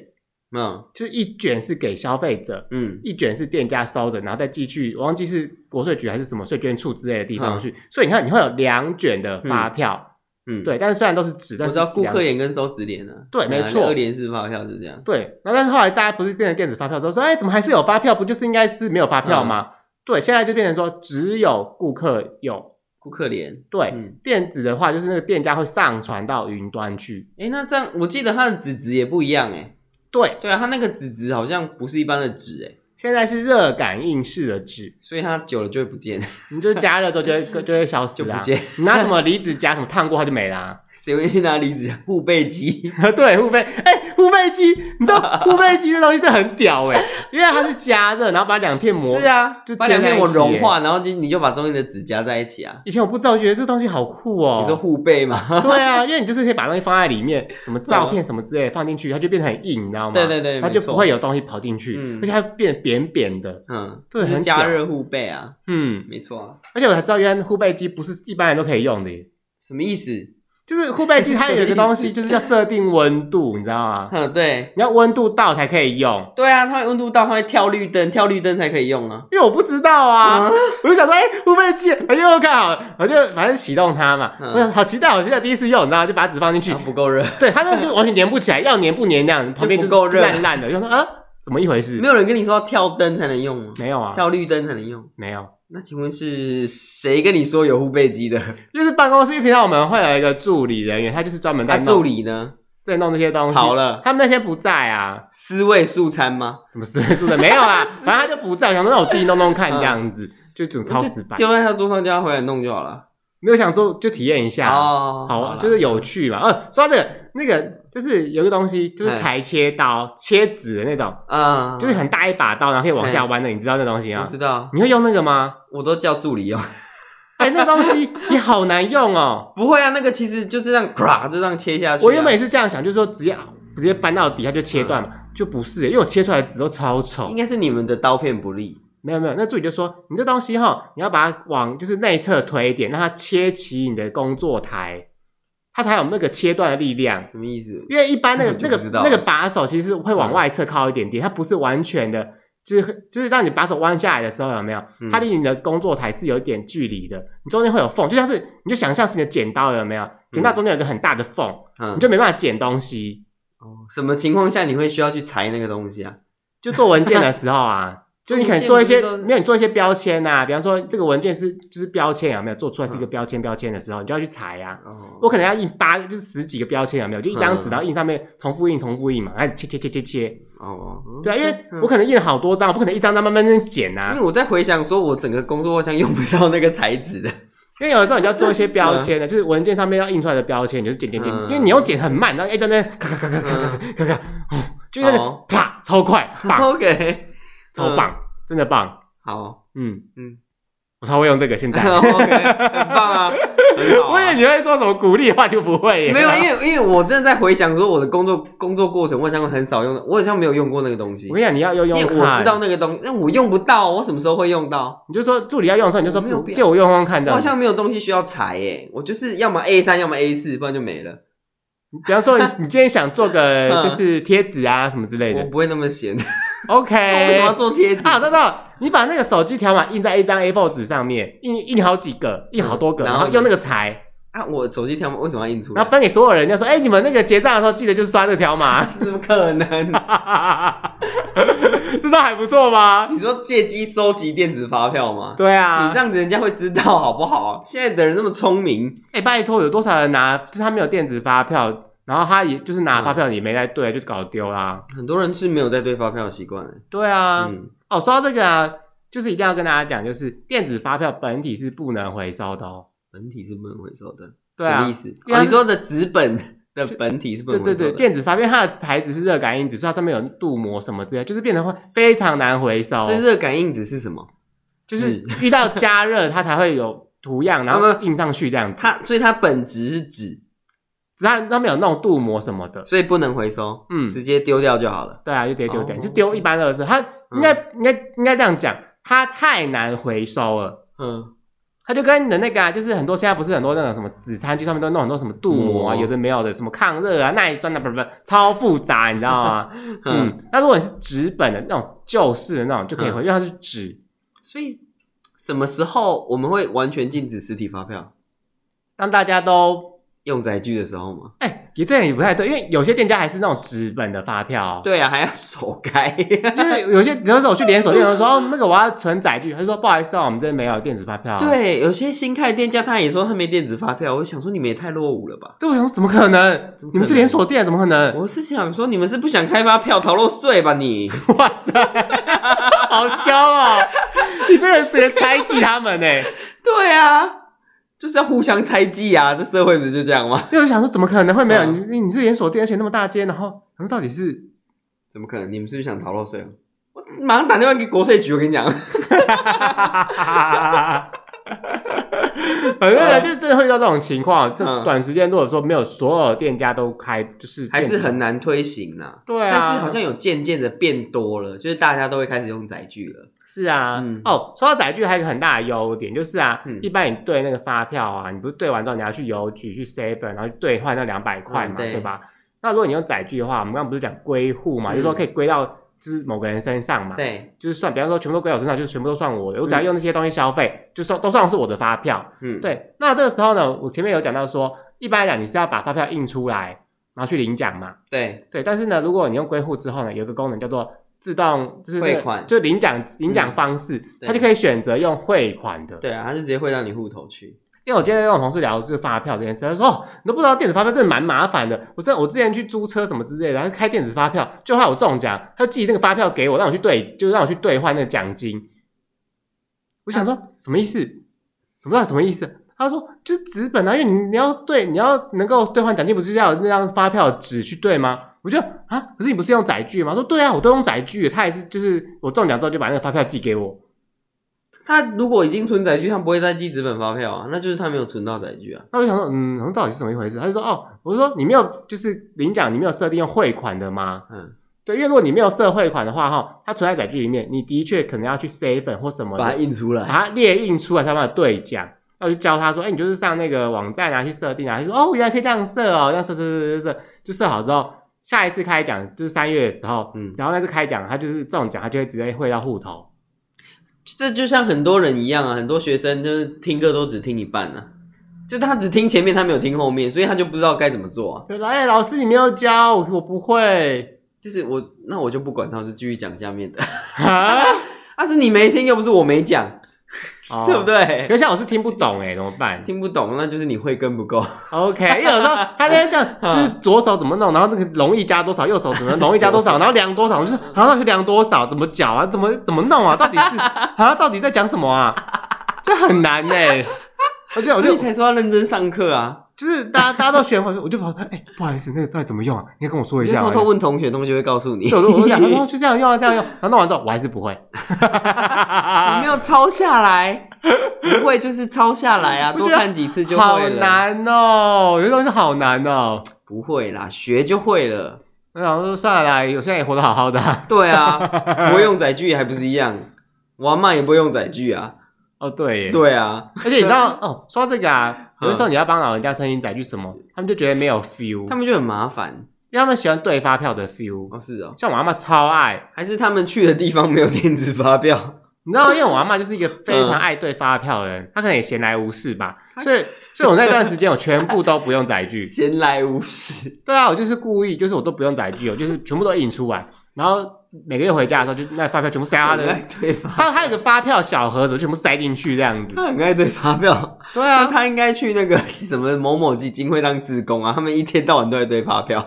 嗯
就是一卷是给消费者，
嗯
一卷是店家收着，然后再寄去，我忘记是国税局还是什么税捐处之类的地方
嗯
去。所以你看，你会有两卷的发票，
嗯，，
对，但是虽然都是纸，但
我
是
知道顾
两
客脸跟收纸脸啊，
对没错
二连式发票就这样。嗯
对，然后但是后来大家不是变成电子发票之后说，哎，怎么还是有发票？不就是应该是没有发票吗？对，现在就变成说只有顾客有。
顾客脸。
对，
嗯
电子的话就是那个店家会上传到云端去。
哎，那这样我记得它的纸质也不一样哎。
对，
对啊，它那个纸质好像不是一般的纸哎，
现在是热感应式的纸，
所以它久了就会不见，
你就加热之后就 会就会消
就
失
不
啊。
见。
你拿什么离子夹什么烫过它就没啦、
谁会去拿离子护啊背机？
对，护背，哎、护背机，你知道护背机这东西真的很屌哎、因为它是加热，然后把两片膜。
是啊
就，
把
贴
两
在
片
一
膜
起
融
耶
化，然后就你就把中间的纸夹在一起啊。
以前我不知道，我觉得这东西好酷哦、
你说护 背 嘛？
对啊，因为你就是可以把东西放在里面，什么照片什么之类的放进去，它就变得很硬，你知道吗？
对对对，
它
没
就
错
不会有东西跑进去，
嗯
而且它变得扁扁的。
嗯，
对
就是
很
加
屌
热护背啊，
嗯，
没错啊。
而且我才知道，原来护背机不是一般人都可以用的耶，
什么意思？
就是护 背机它有一
什么意思
个东西就是要设定温度，你知道 吗？
嗯，对，
你要温度到才可以用，
对啊，它会温度到，它会跳绿灯，跳绿灯才可以用啊。
因为我不知道啊。
啊，
我就想说，哎、欸，护背机，哎呦，看好了，我就反正启动它嘛，
嗯
我想好期待，我期待第一次用，你知道吗？就把它纸放进去，
它不够热，
对，它那个就完全粘不起来，要粘不粘那样，旁边
就
就
不够热
烂烂的，就说啊，怎么一回事
没？有人跟你说要跳灯才能用吗？
没有啊，
跳绿灯才能用。
没有，啊
那请问是谁跟你说有护 背机的？啊
就是办公室因为平常我们会有一个助理人员，他就是专门在
那
弄、
啊助理呢？
在弄这些东西。
好，了，
他们那天不在啊，
思位素餐吗？
什么四位数的没有 啦，反正他就不在，我想说让我自己弄弄
嗯
看这样子，就整超失败。
丢在他桌上，叫他回来弄就好了。
没有想做就体验一下，
哦，
好啊
啦
就是有趣嘛。呃，说到这个，那个就是有一个东西，就是
嗯
裁切刀，切纸的那种，
啊，
就是很大一把刀，然后可以往下弯的，你知道那东西
嗯我
啊？
知道，
你会用那个吗？
我都叫助理用。哦
哎、那个东西也好难用哦。
不会啊，那个其实就是让咔就让切下去啊。
我原本也是这样想，就是说直接直接搬到底下就切断嘛，就不是欸耶，因为我切出来的纸都超丑
应。该是你们的刀片不利，
没有没有，那助理就说你这东西哈，你要把它往就是内侧推一点，让它切齐你的工作台，它才有那个切断的力量。
什么意思？
因为一般那个
这
那个
个我就不知道了嗯
那个把手其实会往外侧靠一点点，它不是完全的，就是就是让你把手弯下来的时候有没有
嗯？
它离你的工作台是有一点距离的，你中间会有缝，就像是你就想象是你的剪刀有没有？剪刀中间有一个很大的缝，
嗯
你，就没办法剪东西。
哦什么情况下你会需要去裁那个东西啊？
就做文件的时候 啊，就你可能做一些
做文件不是都
没有你做一些标签呐、啊，比方说这个文件是就是标签有没有做出来是一个标签标签的时候，你就要去裁啊。
哦，
我可能要印八就是十几个标签有没有？就一张纸，
嗯
然后印上面重复印重复印嘛，开始切切切切切。
哦，嗯
对啊，因为
嗯
我可能印了好多张，我不可能一张张慢慢地剪呐、
因
啊
为。我在回想说，我整个工作好像用不到那个材质 的，
因为有的时候你就要做一些标签的，就是文件上面要印出来的标签，你就是剪剪剪，
嗯
因为你用剪很慢，然后一张张咔咔咔咔咔咔咔咔，哦就那个
哦
啪超快，棒
OK，
超棒，真的棒，
好
嗯
嗯
嗯，我超会用这个现在。
，OK，很棒啊，很好啊
我以为你会说什么鼓励的话就不会耶。
没有，因为因为我真的在回想说我的工作工作过程，我好像很少用，我好像没有用过那个东西
我，跟你讲，你要用
因
用
为
看，
我知道那个东西，那我用不到，我什么时候会用到？
你就说助理要用的时候，你就说
我没有
不
变
借我用用看
我
的
好。像没有东西需要裁耶，我就是要么 A 三，要么 A 四，不然就没了。
比方说，你你今天想做
嗯
个就是贴纸啊什么之类
我
的
不会那么闲， 为什
，OK
么要。做贴纸？
啊，我知道，你把那个手机条码印在一张 A4 纸上面，印印好几个，印好多个，
嗯然
然
后
后用那个裁，
啊，我手机条码为什么要印出
然后
来？
分给所有人，就说：“哎，你们那个结账的时候记得就是刷这个条码。
怎么可能？”
这招还不错吧？
你说借机收集电子发票吗？
对啊，
你这样子人家会知道好不好？现在的人那么聪明，
哎、拜托，有多少人拿？就是他没有电子发票，然后他也就是拿发票也没来对，就搞丢啦。
很多人是没有在对发票的习惯的。
对啊，
嗯，
哦，说到这个啊，就是一定要跟大家讲，就是电子发票本体是不能回收的哦。
本体是不能回收的，
对啊
什么意思？
因为它
哦、你说的纸本的本体是不
对
能
对
回收
对，
的。
电子发票它的材质是热感应纸，所以它上面有镀膜什么之类，就是变得会非常难回收，
所以热感应纸是什么？
就是 遇到加热它才会有图样， 然后
那么
印上去这样子。
它所以它本质是纸，
只要上面有弄镀膜什么的，
所以不能回收，
嗯，
直接丢掉就好了。
对啊，就直接丢掉，
哦嗯
你是丢一般垃圾。它应该、应该应该这样讲，它太难回收了。
嗯，
它就跟你的那个啊，就是很多现在不是很多那种什么纸餐具上面都弄很多什么镀膜啊，
膜
有的没有的，什么抗热啊、耐酸的，不不不，超复杂，你知道 吗？
嗯，
嗯，那如果你是纸本的那种旧式的那种就可以
嗯
回，因为它是纸。
所以什么时候我们会完全禁止实体发票？
当大家都
用载具的时候吗？
哎、也这也不太对，因为有些店家还是那种纸本的发票哦、
对啊，还要手 开，
就是有些比如说我去连锁店，我说哦那个我要存载具，他就说不好意思哦，我们这边没有电子发票、，
对，有些新开的店家他也说他没电子发票，我想说你们也太落伍了吧。
对，我想说怎么可能？
么可能
你们是连锁店，怎么可能？
我是想说，你们是不想开发票逃漏税吧你？
哇塞，好凶哦！你这个直接猜忌他们呢？
对啊，就是要互相猜忌啊！这社会不是就这样吗？
因为我想说，怎么可能会没有？
嗯
你你是连锁店，而且那么大街，然后然后到底 是
怎么可能？你们是不是想逃漏税啊？我马上打电话给国税局，我 跟你讲。
反
呃
正呢，就是真的会到这种情况，就
嗯
短时间如果说没有所有店家都开，就是
还是
电子
很难推行呐、
对啊，
但是好像有渐渐的变多了，就是大家都会开始用载具了。
是啊，
嗯
哦，说到载具还有一个很大的优点就是啊，
嗯
一般你兑那个发票啊，你不是兑完之后你要去邮局去 seven，然后去兑换那两百块嘛，
嗯对
对吧？那如果你用载具的话，我们刚刚不是讲归户嘛，
嗯
就是说可以归到就是某个人身上嘛，
对，
就是算，比方说全部都归我身上，就是全部都算我的，我只要用那些东西消费，就算都算是我的发票。
嗯，，
对，那这个时候呢，我前面有讲到说，一般来讲你是要把发票印出来，然后去领奖嘛。
对，
对，但是呢，如果你用归户之后呢，有一个功能叫做自动，就是、那个、
汇款嗯
就领奖领奖方式，
对
它就可以选择用汇款的。
对啊，他就直接汇到你户头去。
因为我今天跟我同事聊就是发票这件事，他说哦，你都不知道电子发票真的蛮麻烦的。我真的我之前去租车什么之类的，然后开电子发票，就害我中奖，他就寄那个发票给我，让我去兑，就让我去兑换那个奖金。我想说、什么意思？什么叫什么意思？他说就是纸本啊，因为你你要兑，你要能够兑换奖金，不是要有那张发票的纸去兑吗？我就啊，可是你不是用载具吗？他说对啊，我都用载具，他也是就是我中奖之后就把那个发票寄给我。
他如果已经存载具，他不会再寄纸本发票啊，那就是他没有存到载具啊。
那我就想说，嗯，到底是怎么一回事？他就说，哦，我就说你没有，就是领奖你没有设定用汇款的吗？
嗯，
对，因为如果你没有设汇款的话，哈，它存在载具里面，你的确可能要去 save 本或什么
把
的，
它印出
把
来。
它列印出来，他们的兑奖。那我就教他说，哎、你就是上那个网站啊去设定啊，他就说哦，原来可以这样设哦，这样设设设设设，就设好之后，下一次开奖就是三月的时候，
嗯
只要那次开奖，他就是中奖，他就会直接汇到户头。
这就像很多人一样啊，很多学生就是听歌都只听一半啊，就他只听前面，他没有听后面，所以他就不知道该怎么做啊。
对，哎、老师你没有教我，我不 会
就是我，那我就不管他，我就继续讲下面的。
啊，
但是你没听，又不是我没讲，
哦
对不对
可？是像我是听不懂哎，怎么办
听不懂，那就是你慧根不 够。
？OK，因为有时候他在这
嗯
样，就是左手怎么弄，然后那个容易加多少，右手怎么容易加 多少，然后量多少，我就是然后那个量多少怎么搅啊，怎么怎么弄啊，到底是啊，到底在讲什么啊？这很难呢、欸我就我
所
就
以才说要认真上课啊！
就是大家大家都学会，我就跑，哎、不好意思，那个到底怎么用啊？你可以跟我说一
你就
下、啊
偷。偷问同学，同学会告诉你。
对我就我就 讲，哦，就这样用啊，这样用。然后弄完之后，我还是不会。
你没有抄下来，不会就是抄下来 啊，
我觉得
多看几次就
好
会了。
难哦，有些东西好难哦。
不会啦，学就会了。
我想说，算了啦，我现在也活得好好的啊、
对 啊，不会用载具还不是一样？我阿妈也不会用载具啊。
哦，对耶，
对啊，
而且你知道哦，说到这个啊，
嗯
有的时候你要帮老人家申请载具什么，他们就觉得没有 feel，
他们就很麻烦。
因为他们喜欢对发票的 feel。
哦，是哦，
像我阿妈超爱，
还是他们去的地方没有电子发 票？
你 知道，因为我阿妈就是一个非常爱对发票的人，她可能也闲来无事吧，
嗯她
所以，所以我那段时间我全部都不用载具。
闲来无事。
对啊，我就是故意，就是我都不用载具，我哦就是全部都印出来，然后每个月回家的时候，就那发票全部塞到她
很爱
的，
对发，
她她有个发票小盒子，我全部塞进去这样子。
他很 爱对发票。
对
那
啊，
他应该去那个什么某某基金会当志工啊，他们一天到晚都在对发票。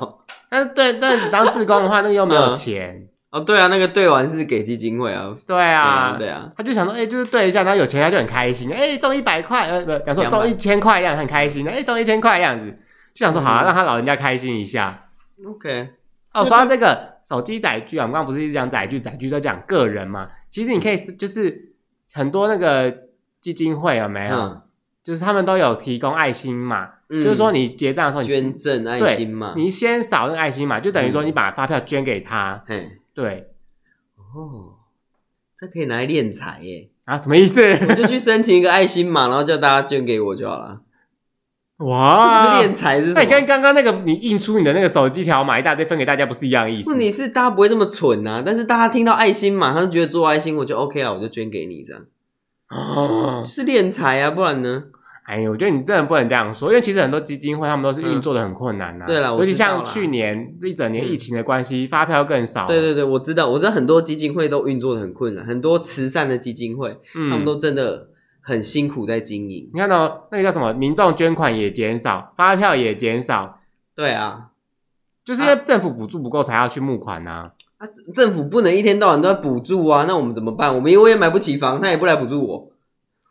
但是对，但是你当志工的话，那个又没有钱。
哦，对啊，那个对完是给基金会啊。
对啊，
对啊，
他就想说，哎、就是对一下，然后有钱他就很开心，哎、中一百块，呃，不，讲说
200
中一千块一样很开心，哎、中一千块的样子，就想说好、啊，
嗯
让他老人家开心一下。
对啊，OK，
哦，说到这个手机载具啊，我们刚刚不是一直讲载具，载具都讲个人嘛，其实你可以是就是很多那个基金会有没有，
嗯，
就是他们都有提供爱心码，
嗯
就是说你结账的时候你
捐赠爱
对
心嘛，
你先扫那个爱心码，就等于说
嗯
你把发票捐给他，
嘿，
对，
哦，这可以拿来敛财耶，
啊，什么意思？
我就去申请一个爱心嘛，然后叫大家捐给我就好了，这
哇，
不是敛财是
那
什
你跟
么？
刚刚那个你印出你的那个手机条码一大堆分给大家，不是一样的意思？
问题是大家不会这么蠢呐、啊，但是大家听到爱心嘛，他就觉得做爱心我就 OK 了，我就捐给你这样，
哦
就是敛财啊，不然呢？
哎，我觉得你真的不能这样说，因为其实很多基金会他们都是运作的很困难呐、
对啦我
尤其
知道
像
啦
去年一整年疫情的关系，发票更少。
对对对，我知道，我知道很多基金会都运作的很困难，很多慈善的基金会，
嗯，
他们都真的很辛苦在经营。
你看到、那个叫什么，民众捐款也减少，发票也减少，
对啊，
就是因为政府补助不够才要去募款呐、
啊，政府不能一天到晚都在补助啊，那我们怎么办？我们我也买不起房，他也不来补助我。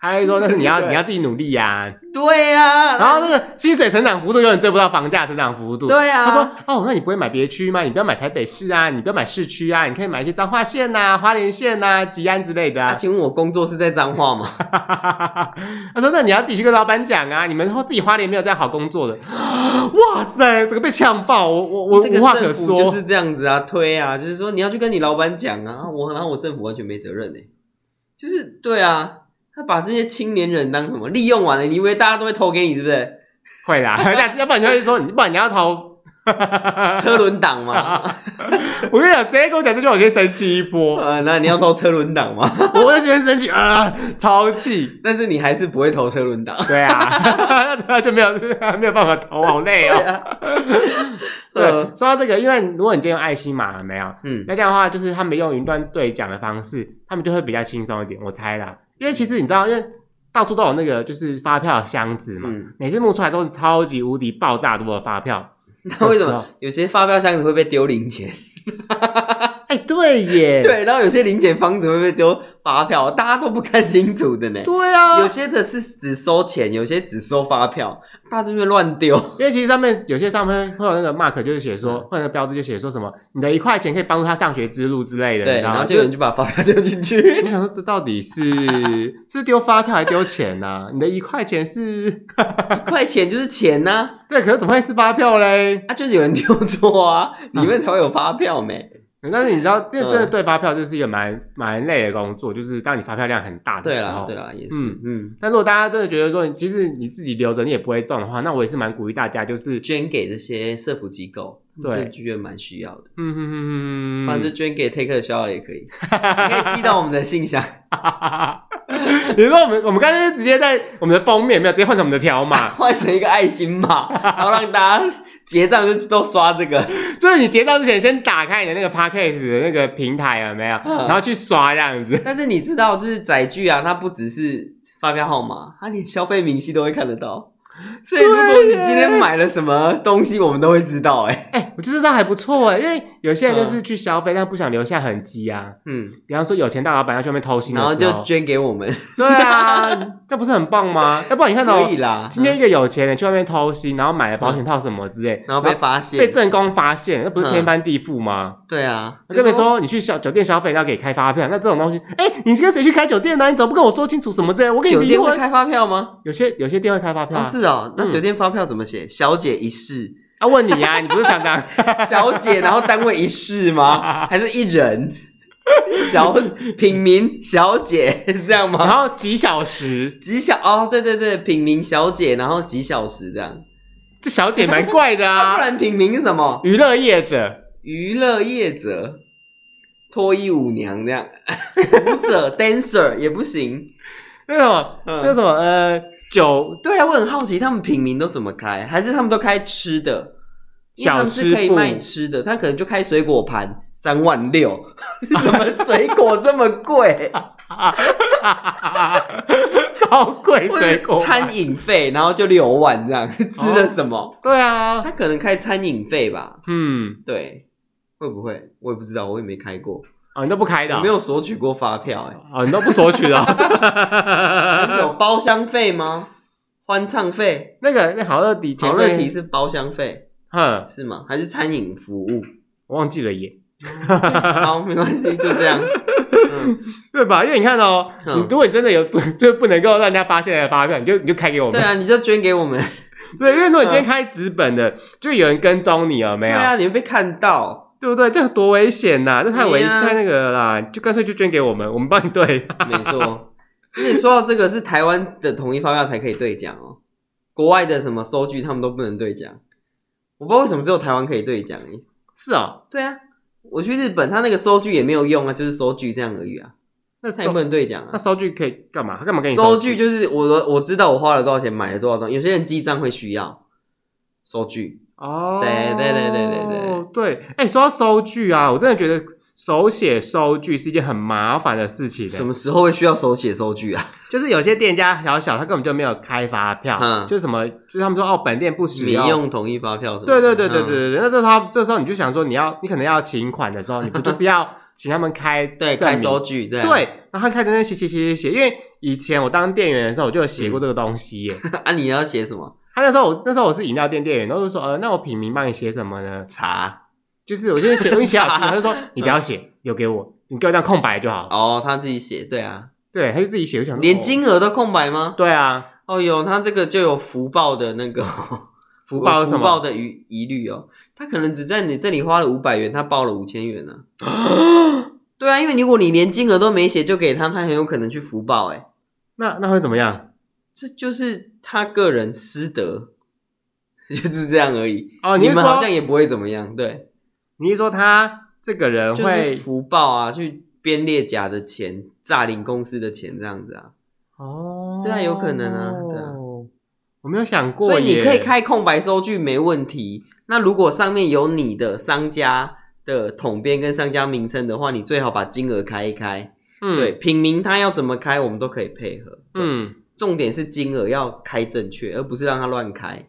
他就说：“那是你要
嗯对
你要自己努力 呀、
对啊呀、
然后那个薪水成长幅度永远追不到房价成长幅度。
对啊，
他说：“哦，那你不会买别区吗？你不要买台北市啊，你不要买市区啊，你可以买一些彰化县呐、花莲县呐、吉安之类的
啊，
啊。
请问我工作是在彰化吗？
他说：“那你要自己去跟老板讲啊，你们说自己花莲没有这样好工作的。”哇塞，这个被呛爆，我我我
这个
无话可
政府
说。
就是这样子啊，推啊，就是说你要去跟你老板讲啊，啊我然后我政府完全没责任呢、欸就是对啊，他把这些青年人当什么利用完了，你以为大家都会投给你是不是？
会啦，但是要不然你会说，你不然你要投。
车轮 党嘛，
我跟你讲，直接跟我讲这句话，我就生气一 波，
呃，那你要投车轮党嘛，
我就先生气
呃
啊，超气。
但是你还是不会投车轮党。
对啊， 那就没有没有办法投，好累
对
哦。
啊，
对
呃，，
说到这个，因为如果你今天用爱心码了没有，
嗯，
那这样的话，就是他们用云端对讲的方式，他们就会比较轻松一点，我猜啦。因为其实你知道，因为到处都有那个就是发票箱子嘛，
嗯
每次募出来都是超级无敌爆炸多的发票。
那为什
有
么
时候
有些发票箱子会被丢零钱？
哎、对耶，
对，然后有些零钱方子会被丢发票，大家都不看清楚的呢。
对啊
有，些的是只收钱，有些只收发票，大家就会乱丢。
因为其实上面有些上面会有那个 mark，就是写
嗯
说，或者那个标志就写说什么，你的一块钱可以帮助他上学之路之类的，你
对，
知道
然
吗？
后就
就
有
是
人就把发票丢进 去。
我想说，这到底是是丢发票还丢钱呢、你的一块钱是，
一块钱就是钱呐、
对，可是怎么会是发票嘞？
啊，就是有人丢错啊，里面才会有发票没。
但是你知道，这
嗯
真的对发票就是一个蛮蛮累的工作，就是当你发票量很大的
对
时
啦
候。，
对啦，也是，
嗯
嗯
但如果大家真的觉得说，其实你自己留着你也不会中的话，那我也是蛮鼓励大家，就是
捐给这些社福机构，
对
这剧院蛮需要的，
嗯嗯嗯嗯，
不然就捐给 Take 肖也可以， 你可以寄到我们的信箱。
你说我们我们刚才就直接在我们的封面有没有直接换成我们的条码，
换成一个爱心码， 然后让大家结账就都刷这个。
就是你结账之前先打开你的那个 podcast 的那个平台有没有，
嗯
然后去刷这样子。
但是你知道，就是载具啊，它不只是发票号码，它连消费明细都会看得到。所以如果你
对耶
今天买了什么东西，我们都会知道、哎，
哎、我觉得这还不错哎，因为有些人就是去消费，但不想留下痕迹啊。
嗯，
比方说有钱大老板要去外面偷腥的
然
时候，
后就捐给我们，
对啊，这不是很棒吗？要不 然你看到、
可以啦。
今天一个有钱人去外面偷腥，然后买了保险套什么之类，
嗯然后被发
被
现，嗯
正宫发现，那不是天翻地覆吗？
对啊，
我跟你说，你去小酒店消费，然后给开发票，那这种东西，哎、你是跟谁去开酒店啊呢、你怎么不跟我说清楚什么之类？我跟你
酒
离
店会
婚。
开发票吗？
有些有些店会开发票
哦，
啊，
是哦，那
嗯
酒店发票怎么写？小姐一室，
啊问你呀、啊，你不是常 常
小姐，然后单位一 室吗？还是一人？小品名小姐是这样吗
然？后几小时，
几小哦，对对对，品名小姐，然后几小时这样。
这小姐蛮怪的
啊，不
啊，
然品名是什么？
娱乐业者，
娱乐业者、脱衣舞娘 这样，舞者 dancer 也不行。
那什么那
嗯，
什么呃酒
对啊，我很好奇他们品名都怎么开，还是他们都开吃的？因为他们是可以
小吃部
卖吃的，他可能就开水果盘三万六， 什么水果这么贵？
超贵
或 者
水果，哦
餐饮费，然后就六万这样，吃的什么？
对啊，
他可能开餐饮费吧，
嗯，
对，会不会？我也不知道，我也没开过，
哦，你都不开的、
我
哦，
没有索取过发票、欸，
哦，你都不索取的、
哎，
哦。
有包厢费吗？欢唱费？
那个那好乐迪，
好乐迪，是包厢费
哼，
是吗？还是餐饮服务？
我忘记了耶，
好，没关系，就这样。嗯，
对吧？因为你看哦，
嗯
你如果你真的有 不就不能够让人家发现的发票，你就你就开给我
对
们。
啊，你就捐给 我们。
对，啊嗯因为如果你今天开纸本的，就有人跟踪你了，没
对
有？
啊，你会被看到，
对不对？这多危险呐！这太危
对啊
太那个了啦，就干脆就捐给我们，我们帮你对。
没错。那你说到这个是台湾的统一发票才可以兑奖哦，国外的什么收据他们都不能兑奖，我不知道为什么只有台湾可以兑奖欸诶。
是哦，
对啊，我去日本，他那个收据也没有用啊，就是收据这样而已啊。
那
那也
收
不能兑奖
那
啊。
收据可以干嘛？他干嘛给你
收
据
据？就是我的，我知道我花了多少钱，买了多少东西。有些人记账会需要收据，
哦，
对对对对对
对对。哎、说到收据啊，我真的觉得手写收据是一件很麻烦的事情、欸
什么时候会需要手写收据啊？
就是有些店家小小，他根本就没有开发票，
嗯
就是什么，就是他们说哦，本店不使
民
用。
用统一发票什么
对
的？
对对对对
嗯
对对。那这时候这时候你就想说，你要你可能要请款的时候，你不就是 要请他们开
对，
证
开
明
收据对啊
对，然后他开始在那写写写写写，因为以前我当店员的时候，我就有写
嗯
过这个东西耶。
啊，你要写什么？
他那时候我那时候我是饮料店店员，然后就说呃，那我品名帮你写什么呢？
查
就是我先写，我写好之后，他 就说你不要写，留给我，你给我这样空白就好。
哦，他自己写对啊，
对，他就自己写，我想说
连、
哦
金额都空白吗？
对啊，
哦哟，他这个就有福报的那个 福
报是什
福
么
报的疑疑虑哦，他可能只在你这里花了五百元，他报了五千元 呢、对啊，因为如果你连金额都没写就给他，他很有可能去福报哎，
那那会怎么样？
这就是他个人失德， 就是这样而已。
哦，
你
是
们好像
说
也不会怎么样，对，
你是说他这个人
就是
会、
福报啊，去编列假的钱，诈领公司的钱这样子啊，
哦？
对啊有可能啊对啊
我没有想过，
所以你可以。开空白收据没问题。那如果上面有你的商家的统编跟商家名称的话，你最好把金额开一开。
嗯，
对，，品名它要怎么开，我们都可以配合。嗯，
嗯，
重点是金额要开正确，而不是让它乱开。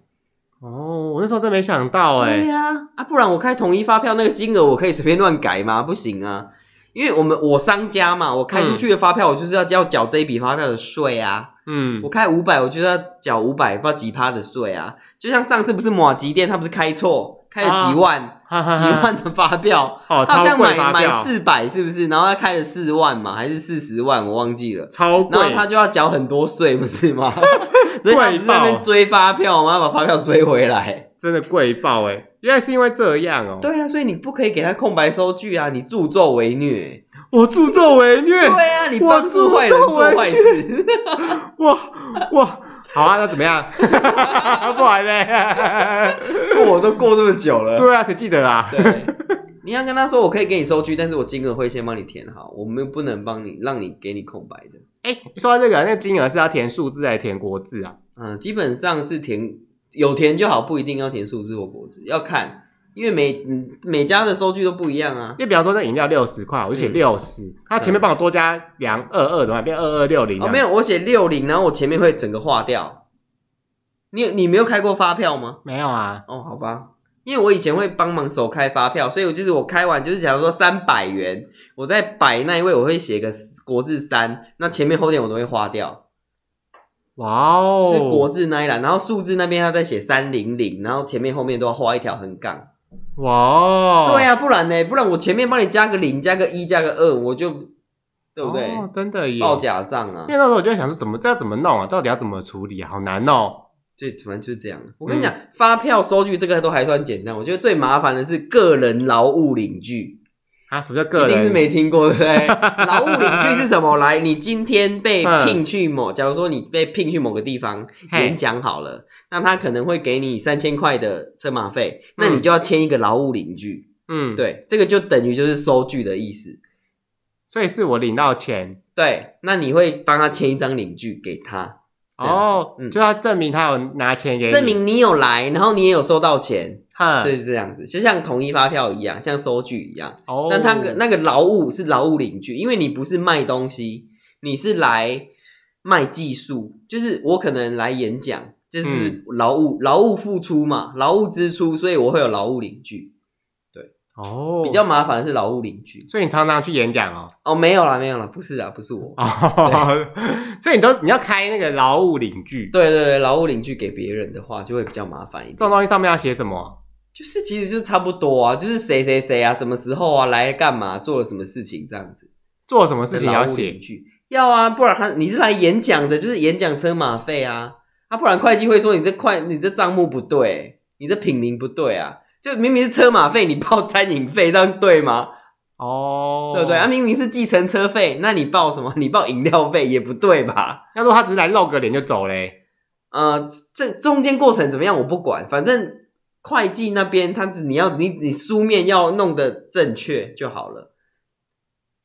哦，我那时候真没想到哎、
对呀、啊，不然我开统一发票那个金额，我可以随便乱改吗？不行啊，因为我们我商家嘛，我开出去的发票，我就是要要缴这一笔发票的税啊。
嗯
我，开五百，我就要缴五百不知道几趴的税啊。就像上次不是马吉店，他不是开错，开了几万、
哈哈哈
几万的发票，
哦，
他
啊
好
超
像
贵
买
发
买
票，
四百是不是？然后他开了四万嘛，还是四十万，我忘记了。
超
然后
贵，
他就要缴很多税，不是吗？ 所以他不是在那边追发票吗？把发票追回来。
真的贵爆哎、原来是因为这样哦、
对啊，所以你不可以给他空白收据啊，你助纣 为虐。
我助纣为虐，
对啊，你帮助坏人做坏事。
哇哇，好啊，那怎么 样？不玩 嘞？
过我都过这么久了。
对啊，谁记得啊？
对，你要跟他说，我可以给你收据，但是我金额会先帮你填好，我们不能帮你让你给你空白的。
哎、说到这个，那金额是要填数字还是填国字啊？
嗯，基本上是填有填就好，不一定要填数字或国字，要看，因为每嗯每家的收据都不一样啊。
因为比方说，那饮料六十块，我就写
嗯
六十，他前面帮我多加两二二的话，变二二六零。
哦，没，有，我写六零，然后我前面会整个划掉。你有你没有开过发票吗？
没有啊。
哦，好吧，因为我以前会帮忙手开发票，所以我就是我开完就是假如说三百元，我在百那一位我会写个国字三，那前面后面我都会划掉。
哇哦，
是国字那一栏，然后数字那边他在写三零零，然后前面后面都要画一条横杠。
哇哦，
对、呀、啊不然呢？不然我前面帮你加个零，加个一，加个二，我就对不对？
哦，真的耶。
报假账啊
因，为那时候我就在想说，怎么这要怎么弄啊？到底要怎么处理啊？好难哦。
就反正就是
嗯
这样。我跟你讲，发票收据这个都还算简单，我觉得最麻烦的是个人劳务领据，
啊，什么叫个
一
人？
定是没听过，对 不对？劳务领据是什么？来，你今天被聘去某，假如说你被聘去某个地方
嘿
演讲好了，那他可能会给你三千块的车马费，那你就要签一个劳务领据。
嗯，，
对，这个就等于就是收据的意思。
所以是我领到钱
对，那你会帮他签一张领据给他，这样子
哦，
嗯
就要证明他有拿钱给你，嗯
证明你有来，然后你也有收到钱，
哈
就是这样子，就像统一发票一样，像收据一样。
哦，
但他个那个劳务是劳务领据，因为你不是卖东西，你是来卖技术，就是我可能来演讲，这
嗯
是劳务劳务付出嘛，劳务支出，所以我会有劳务领据。
哦
比较，麻烦的是劳务领据。
所以你常常去演讲哦，
哦，没有啦，没有啦，不是啊，不是我。
哦， 所以你都你要开那个劳务领据，
对对对，劳务领据给别人的话，就会比较麻烦一
这种
点。
东西上面要写什么？
就是其实就差不多啊，就是谁谁谁啊，什么时候啊，来干嘛，做了什么事情这样子。
做什么事情也要
劳务领
写？
据，要啊，不然他你是来演讲的，就是演讲车马费啊，啊，不然会计会说你这会你这账目不对，你这品名不对啊，就明明是车马费，你报餐饮费，这样对吗？
哦，
对不对？啊，明明是计程车费，那你报什么？你报饮料费也不对吧？
要如果他只是来露个脸就走嘞，
呃，这中间过程怎么样我不管，反正会计那边他只你要你你书面要弄得正确就好了。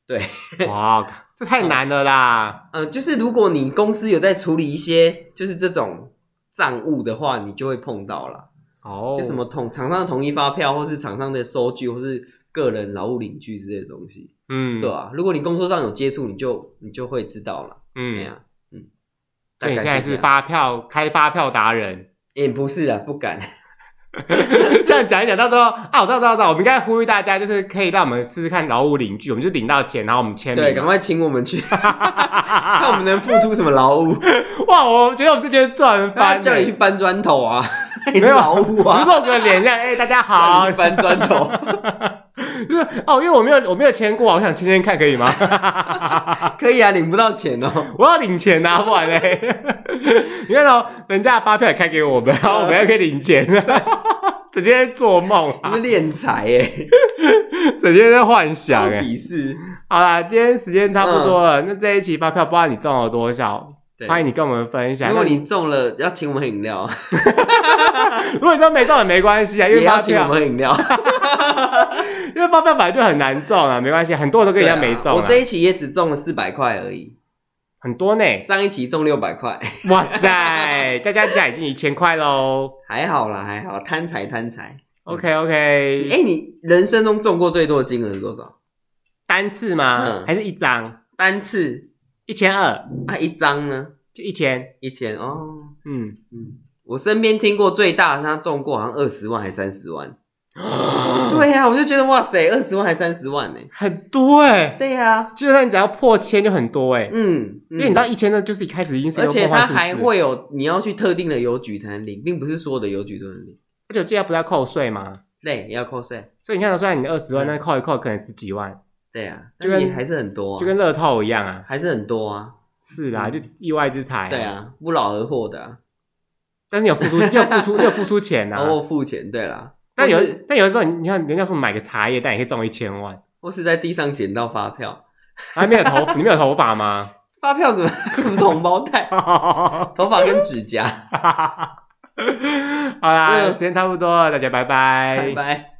对，
哇，这太难了啦！
嗯、就是如果你公司有在处理一些就是这种账务的话，你就会碰到啦。
哦，
就什么统厂商的统一发票，或是厂商的收据，或是个人劳务领据之类的东西，
嗯，
对啊，如果你工作上有接触，你就你就会知道了。对
嗯，
呀，嗯，
所以你现
大概
在是
是这样，
发票开发票达人。
也不是啊，不敢。
这样讲一讲，到时候啊，我知道，知道，知道，我们应该呼吁大家，就是可以让我们试试看劳务领据，我们就领到钱，然后我们签名嘛。
对，赶快请我 们去，看我们能付出什么劳务。
哇，我觉得我们这觉得赚
他
翻，
啊叫你去，搬砖 头啊，
没
也
有
是劳务
我就
啊，
露个脸这样，哎、大家
叫
好
你去，搬砖头。
啊就是哦，因为我没有我没有签过啊，我想签签看，可以吗？
可以啊，领不到钱哦。
我要领钱啊，不然嘞， 你看哦，人家的发票也开给我们，然后我们还可以领钱， 整天在做梦
你
啊，
们敛财耶，
整天在幻想
到
哎、
底是
好啦，今天时间差不多了，那这一期发票不知道你中了多少，
嗯对
欢迎你跟我们分享。
如果
那
你中了，要请我们喝饮料，
如果你都没中也没关系啊，因
也
为
要
发
请我
票
们喝饮料。
因为发票本来就很难中啊，没关系，很多人都跟人家没中、啊
我这一期也只中了四百块而已，
很多呢，
上一期中六百块，
哇塞，再加起来已经一千块喽。
还好啦，还好，贪财贪财。
OK OK，
你哎、你人生中中过最多的金额是多少？
单次吗？
嗯
还是一张？
单次
一千二，
那一张呢？
就一千。
一千哦。
嗯，
嗯，我身边听过最大的是他中过，好像二十万还三十 万。对呀、我就觉得哇塞，二十万还三十万呢、
很多哎、
对呀、
基本上你只要破千就很多哎、
嗯，嗯
因为你知道一千呢，就是一开始已经是一
而
个
且
梦
它
幻数字，
还，会有你要去特定的邮局才能领，并不是所有的邮局都能领。
而且这要不是要扣税吗？
对，也要扣税。
所以你看，虽然你二十万，
嗯
但扣一扣可能十几万，
对呀、啊，
就
但也
跟
还是很多、啊，
就跟乐透一样啊。
还是很多啊。
是啦，
嗯
就意外之财。
对，啊，不劳而获的、啊，
但是你有 付出，你有付出，你有付出钱呐、
然后付钱。对啦，
但有
或哦是，
但有的时候，你看人家说买个茶叶蛋也可以中一千万，
或是在地上捡到发票，
还没有头，你没有头发吗？
发票怎么不是红包 袋？头发跟指甲。
好啦，时间差不多了，大家拜拜，
拜拜。